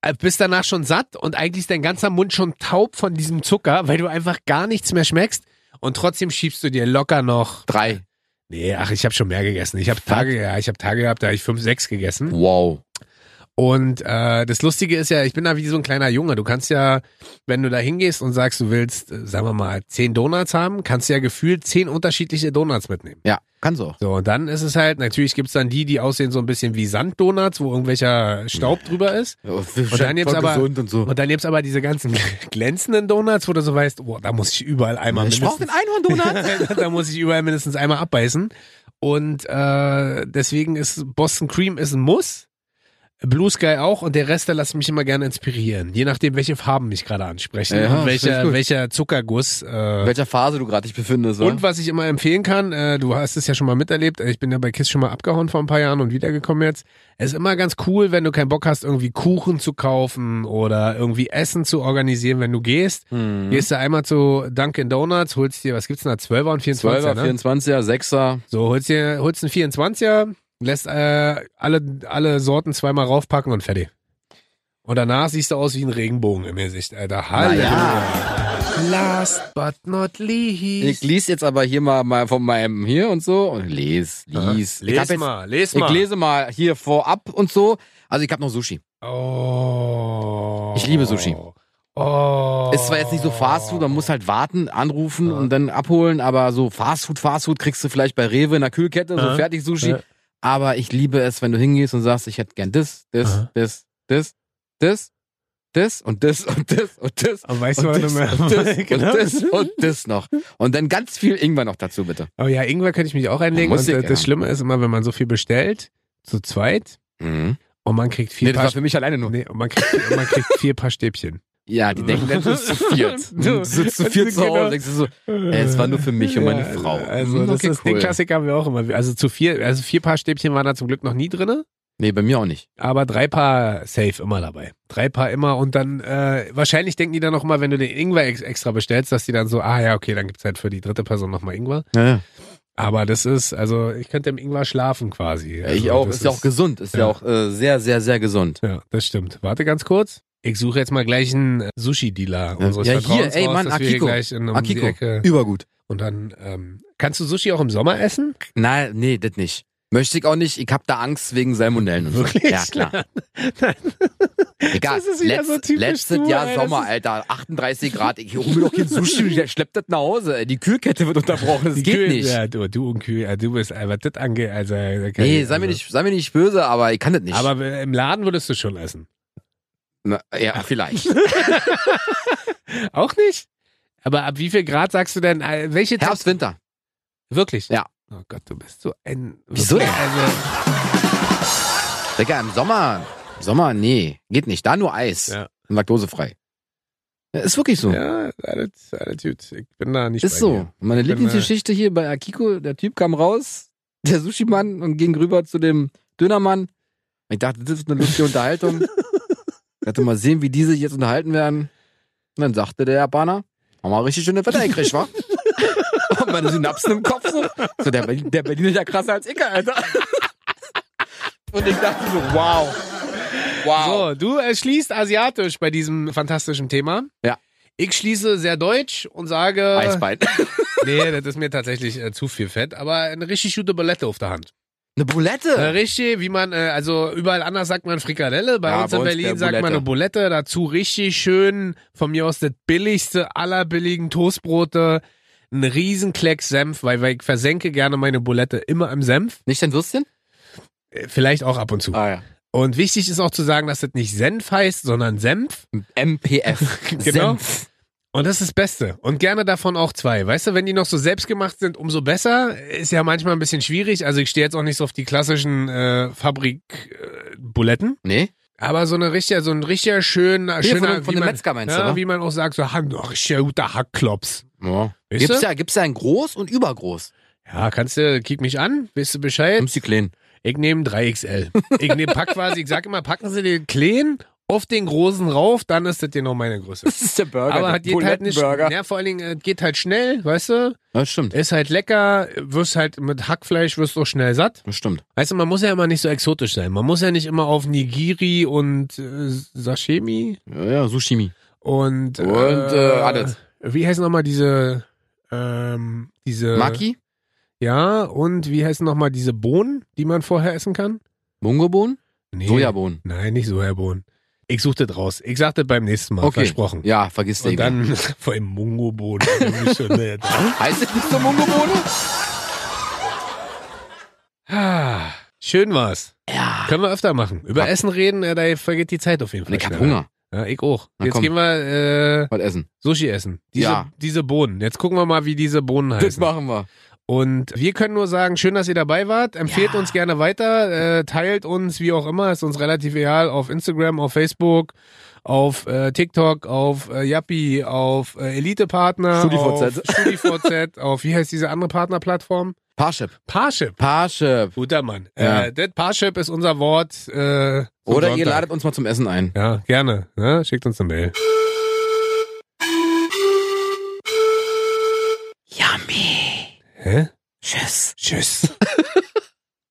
Speaker 2: äh, bist danach schon satt und eigentlich ist dein ganzer Mund schon taub von diesem Zucker, weil du einfach gar nichts mehr schmeckst und trotzdem schiebst du dir locker noch.
Speaker 1: Drei.
Speaker 2: Nee, ach, ich habe schon mehr gegessen. Ich habe Tage, ja, ich habe Tage gehabt, da habe ich fünf, sechs gegessen.
Speaker 1: Wow.
Speaker 2: Und äh, das Lustige ist ja, ich bin da wie so ein kleiner Junge. Du kannst ja, wenn du da hingehst und sagst, du willst, äh, sagen wir mal, zehn Donuts haben, kannst du ja gefühlt zehn unterschiedliche Donuts mitnehmen.
Speaker 1: Ja, kannst du auch.
Speaker 2: So, und dann ist es halt, natürlich gibt's dann die, die aussehen so ein bisschen wie Sanddonuts, wo irgendwelcher Staub drüber ist.
Speaker 1: Und
Speaker 2: dann jetzt aber-
Speaker 1: Gesund und so.
Speaker 2: Und dann gibt's aber diese ganzen [LAUGHS] glänzenden Donuts, wo du so weißt, oh, da muss ich überall einmal
Speaker 1: ich brauche
Speaker 2: mindestens,
Speaker 1: den
Speaker 2: [LAUGHS]
Speaker 1: Einhorn-Donut.
Speaker 2: da muss ich überall mindestens einmal abbeißen. Und äh, deswegen ist Boston Cream ist ein Muss. Blue Sky auch und der Rest, da lasse ich mich immer gerne inspirieren. Je nachdem, welche Farben mich gerade ansprechen
Speaker 1: Ja,
Speaker 2: und
Speaker 1: finde ich
Speaker 2: welcher,
Speaker 1: gut.
Speaker 2: welcher Zuckerguss.
Speaker 1: In
Speaker 2: Äh,
Speaker 1: welcher Phase du gerade dich befindest. oder?
Speaker 2: und was ich immer empfehlen kann, äh, du hast es ja schon mal miterlebt, äh, ich bin ja bei KISS schon mal abgehauen vor ein paar Jahren und wiedergekommen jetzt. Es ist immer ganz cool, wenn du keinen Bock hast, irgendwie Kuchen zu kaufen oder irgendwie Essen zu organisieren, wenn du gehst.
Speaker 1: Hm.
Speaker 2: Gehst du einmal zu Dunkin' Donuts, holst dir, was gibt's denn da, 12er und
Speaker 1: 12er,
Speaker 2: 24er? ne?
Speaker 1: 24er, 6er.
Speaker 2: So, holst dir, holst einen 24er, lässt äh, alle, alle Sorten zweimal raufpacken und fertig. Und danach siehst du aus wie ein Regenbogen im Gesicht, Alter. Halleluja. Last but not
Speaker 1: Ich
Speaker 2: least.
Speaker 1: lese jetzt aber hier mal, mal von meinem hier und so und les, lies. ich hab
Speaker 2: les
Speaker 1: jetzt,
Speaker 2: mal, les
Speaker 1: Ich
Speaker 2: mal.
Speaker 1: lese mal hier vorab und so. Also ich habe noch Sushi.
Speaker 2: oh.
Speaker 1: Ich liebe Sushi.
Speaker 2: Oh.
Speaker 1: Ist zwar jetzt nicht so Fast Food, man muss halt warten, anrufen
Speaker 2: Ja.
Speaker 1: und dann abholen, aber so Fast Food, Fast Food kriegst du vielleicht bei Rewe in der Kühlkette, so
Speaker 2: Ja.
Speaker 1: fertig Sushi.
Speaker 2: Ja.
Speaker 1: Aber ich liebe es, wenn du hingehst und sagst, ich hätte gern das, das,
Speaker 2: Ja.
Speaker 1: das, das, das, das und das und das und das.
Speaker 2: Aber weißt du,
Speaker 1: Und
Speaker 2: was
Speaker 1: das,
Speaker 2: du mir-
Speaker 1: und
Speaker 2: [LAUGHS]
Speaker 1: das, und
Speaker 2: Genau.
Speaker 1: das und das noch. Und dann ganz viel Ingwer noch dazu, bitte.
Speaker 2: Oh ja, Ingwer könnte ich mich auch einlegen.
Speaker 1: Muss
Speaker 2: Und
Speaker 1: ich,
Speaker 2: äh,
Speaker 1: ja.
Speaker 2: das Schlimme ist immer, wenn man so viel bestellt, zu zweit,
Speaker 1: Mhm.
Speaker 2: und man kriegt vier
Speaker 1: Nee, das
Speaker 2: Paar
Speaker 1: war für mich alleine nur.
Speaker 2: Nee, und man kriegt, und man kriegt vier Paar Stäbchen.
Speaker 1: Ja, die denken, das
Speaker 2: [LAUGHS]
Speaker 1: ist zu viert. Du sitzt zu viert zu
Speaker 2: Genau.
Speaker 1: Hause und denkst dir so, ey, es war nur für mich und meine
Speaker 2: Ja,
Speaker 1: Frau.
Speaker 2: Also
Speaker 1: Hm,
Speaker 2: das
Speaker 1: okay,
Speaker 2: ist
Speaker 1: cool.
Speaker 2: den Klassiker haben wir auch immer. Also zu vier, also vier Paar Stäbchen waren da zum Glück noch nie drinne,
Speaker 1: Nee, bei mir auch nicht.
Speaker 2: aber drei Paar safe immer dabei. Drei Paar immer und dann äh, wahrscheinlich denken die dann noch mal, wenn du den Ingwer ex extra bestellst, dass die dann so, ah ja, okay, dann gibt's halt für die dritte Person noch mal Ingwer. Aber das ist, also ich könnte im Ingwer schlafen quasi. Also,
Speaker 1: ich auch.
Speaker 2: das
Speaker 1: Ist ja auch gesund. Ist ja,
Speaker 2: ja.
Speaker 1: auch äh, sehr, sehr, sehr gesund.
Speaker 2: Ja, das stimmt. Warte ganz kurz. Ich suche jetzt mal gleich einen äh, Sushi-Dealer
Speaker 1: Ja,
Speaker 2: unseres
Speaker 1: hier,
Speaker 2: Vertrauens
Speaker 1: ey,
Speaker 2: raus,
Speaker 1: Mann,
Speaker 2: dass wir hier
Speaker 1: Akiko.
Speaker 2: gleich in um die
Speaker 1: Akiko,
Speaker 2: Ecke.
Speaker 1: übergut.
Speaker 2: Und dann, ähm, kannst du Sushi auch im
Speaker 1: [LAUGHS]
Speaker 2: Sommer essen?
Speaker 1: Nein, nee, das nicht. Möchte ich auch nicht. Ich hab da Angst wegen Salmonellen und so.
Speaker 2: Wirklich?
Speaker 1: Ja,
Speaker 2: [LAUGHS]
Speaker 1: klar.
Speaker 2: Nein.
Speaker 1: Egal.
Speaker 2: Das ist wieder
Speaker 1: Letz,
Speaker 2: so typisch
Speaker 1: letztes
Speaker 2: du,
Speaker 1: Jahr
Speaker 2: ey, das
Speaker 1: Sommer,
Speaker 2: ist-
Speaker 1: Alter. 38 Grad. Ich hol mir doch kein Sushi und der schleppt das nach Hause. ey. Die Kühlkette wird unterbrochen. Das
Speaker 2: Die
Speaker 1: geht
Speaker 2: Kühe-
Speaker 1: nicht.
Speaker 2: Ja, du, du und Kühe, ja, du bist, aber das angeht, also. da kann
Speaker 1: Nee,
Speaker 2: ich-
Speaker 1: sei mir,
Speaker 2: also-
Speaker 1: nicht, sei mir nicht böse, aber ich kann das nicht.
Speaker 2: Aber äh, im Laden würdest du schon essen.
Speaker 1: Na,
Speaker 2: [LAUGHS]
Speaker 1: ja, vielleicht.
Speaker 2: Auch nicht? Aber ab wie viel Grad sagst du denn, äh, welche Zeit-
Speaker 1: Herbst, Winter.
Speaker 2: Wirklich?
Speaker 1: Ja.
Speaker 2: Oh Gott, du bist so ein.
Speaker 1: Wieso denn?
Speaker 2: Also,
Speaker 1: Digga, im Sommer, im Sommer, nee, geht nicht. Da nur Eis.
Speaker 2: Ja.
Speaker 1: Und Laktosefrei. Ja, ist wirklich so.
Speaker 2: also, ja, alles, alles gut. Ich bin da nicht.
Speaker 1: ist
Speaker 2: bei
Speaker 1: so.
Speaker 2: dir.
Speaker 1: Meine
Speaker 2: Ich bin,
Speaker 1: Lieblingsgeschichte hier bei Akiko, der Typ kam raus, [LAUGHS] der Sushi-Mann und ging rüber zu dem Dönermann. Ich dachte, das ist eine lustige [LAUGHS] Unterhaltung. Ich dachte, mal sehen, wie die sich jetzt unterhalten werden. Und dann sagte der Japaner, haben wir richtig schöne Wetter gekriegt, [LAUGHS] wa? Und meine Synapsen im Kopf so. so der, Berlin- der Berliner ist ja krasser als ich, Alter. [LAUGHS] Und ich dachte so, wow. Wow.
Speaker 2: So, du äh, schließt asiatisch bei diesem fantastischen Thema.
Speaker 1: Ja.
Speaker 2: Ich schließe sehr deutsch und sage.
Speaker 1: Eisbein.
Speaker 2: [LAUGHS] Nee, das ist mir tatsächlich äh, zu viel Fett, aber eine richtig gute Bulette auf der Hand.
Speaker 1: Eine
Speaker 2: Äh,
Speaker 1: Boulette.
Speaker 2: richtig, wie man, äh, also überall anders sagt man Frikadelle, bei
Speaker 1: Ja,
Speaker 2: uns
Speaker 1: bei
Speaker 2: in
Speaker 1: uns
Speaker 2: Berlin
Speaker 1: der
Speaker 2: sagt man
Speaker 1: Bulette.
Speaker 2: eine Bulette, dazu richtig schön, von mir aus das billigste aller billigen Toastbrote, ein riesen Klecks Senf, weil, weil ich versenke gerne meine Bulette immer im Senf,
Speaker 1: Nicht dein Würstchen?
Speaker 2: äh, vielleicht auch ab und zu.
Speaker 1: Ah ja.
Speaker 2: Und wichtig ist auch zu sagen, dass das nicht Senf heißt, sondern Senf.
Speaker 1: [LAUGHS] MPF.
Speaker 2: Genau.
Speaker 1: Senf.
Speaker 2: Und das ist das Beste. Und gerne davon auch zwei. Weißt du, wenn die noch so selbstgemacht sind, umso besser. Ist ja manchmal ein bisschen schwierig. Also ich stehe jetzt auch nicht so auf die klassischen äh, Fabrik-Buletten.
Speaker 1: Nee?
Speaker 2: Aber so eine richtige, so ein richtiger schöner,
Speaker 1: Hier von,
Speaker 2: schöner,
Speaker 1: dem- von
Speaker 2: wie,
Speaker 1: dem
Speaker 2: man,
Speaker 1: Metzger meinst
Speaker 2: ja,
Speaker 1: du, ne?
Speaker 2: wie man auch sagt, so Hack, oh, richtiger guter Hackklops.
Speaker 1: Ja.
Speaker 2: Weißt
Speaker 1: Gibt's
Speaker 2: du? Äh,
Speaker 1: ja, gibt's ja ein groß und übergroß.
Speaker 2: Ja, kannst du, kick mich an, weißt du Bescheid?
Speaker 1: Nimmst die kleinen.
Speaker 2: Ich nehme 3XL. Ich nehme, pack quasi, ich sag immer, packen Sie den kleinen auf den großen rauf, dann ist [LAUGHS] das dir noch meine Größe.
Speaker 1: Das ist der Burger.
Speaker 2: Aber
Speaker 1: der
Speaker 2: hat geht halt nicht,
Speaker 1: Bulettenburger.
Speaker 2: ja, vor allen Dingen, äh, geht halt schnell, weißt du?
Speaker 1: Das stimmt.
Speaker 2: Ist halt lecker, wirst halt mit Hackfleisch, wirst du auch schnell satt.
Speaker 1: Das stimmt.
Speaker 2: Weißt du, man muss ja immer nicht so exotisch sein. Man muss ja nicht immer auf Nigiri und äh, Sashimi
Speaker 1: Ja, ja, Sushimi.
Speaker 2: und
Speaker 1: Und, äh, alles.
Speaker 2: Wie heißen nochmal diese ähm, diese
Speaker 1: Maki,
Speaker 2: Ja, und wie heißen nochmal diese Bohnen, die man vorher essen kann?
Speaker 1: Mungobohnen,
Speaker 2: Nee.
Speaker 1: Sojabohnen.
Speaker 2: Nein, nicht Sojabohnen. Ich such das raus. Ich sag das beim nächsten Mal,
Speaker 1: Okay.
Speaker 2: versprochen.
Speaker 1: Ja, vergiss
Speaker 2: Und
Speaker 1: den.
Speaker 2: dann [LAUGHS] vor allem Mungobohnen. Das ist schon
Speaker 1: [LAUGHS]
Speaker 2: nett.
Speaker 1: Heißt das nicht so Mungobohne?
Speaker 2: Ah, Schön war's.
Speaker 1: Ja.
Speaker 2: Können wir öfter machen. Über
Speaker 1: Hab-
Speaker 2: Essen reden, äh, da vergeht die Zeit auf jeden
Speaker 1: Und
Speaker 2: Fall.
Speaker 1: ich hab
Speaker 2: schneller.
Speaker 1: Hunger.
Speaker 2: Ja, ich auch.
Speaker 1: Na
Speaker 2: Jetzt
Speaker 1: komm.
Speaker 2: gehen wir äh,
Speaker 1: Was essen?
Speaker 2: Sushi essen. Diese,
Speaker 1: Ja.
Speaker 2: diese Bohnen. Jetzt gucken wir mal, wie diese Bohnen
Speaker 1: Das
Speaker 2: heißen.
Speaker 1: machen wir.
Speaker 2: Und wir können nur sagen, schön, dass ihr dabei wart. Empfehlt
Speaker 1: Ja.
Speaker 2: uns gerne weiter. Äh, teilt uns, wie auch immer. Ist uns relativ egal. Auf Instagram, auf Facebook, auf äh, TikTok, auf äh, Yappi, auf äh, Elite-Partner.
Speaker 1: StudiVZ.
Speaker 2: Auf StudiVZ, [LAUGHS] auf, wie heißt diese andere Partnerplattform?
Speaker 1: Parship.
Speaker 2: Parship.
Speaker 1: Parship.
Speaker 2: Guter Mann.
Speaker 1: Ja.
Speaker 2: Äh, das Parship ist unser Wort. Äh, zum
Speaker 1: Oder ihr
Speaker 2: Sonntag.
Speaker 1: ladet uns mal zum Essen ein.
Speaker 2: Ja, gerne. Ne? Schickt uns eine Mail.
Speaker 1: Yummy.
Speaker 2: Hä?
Speaker 1: Tschüss.
Speaker 2: Tschüss.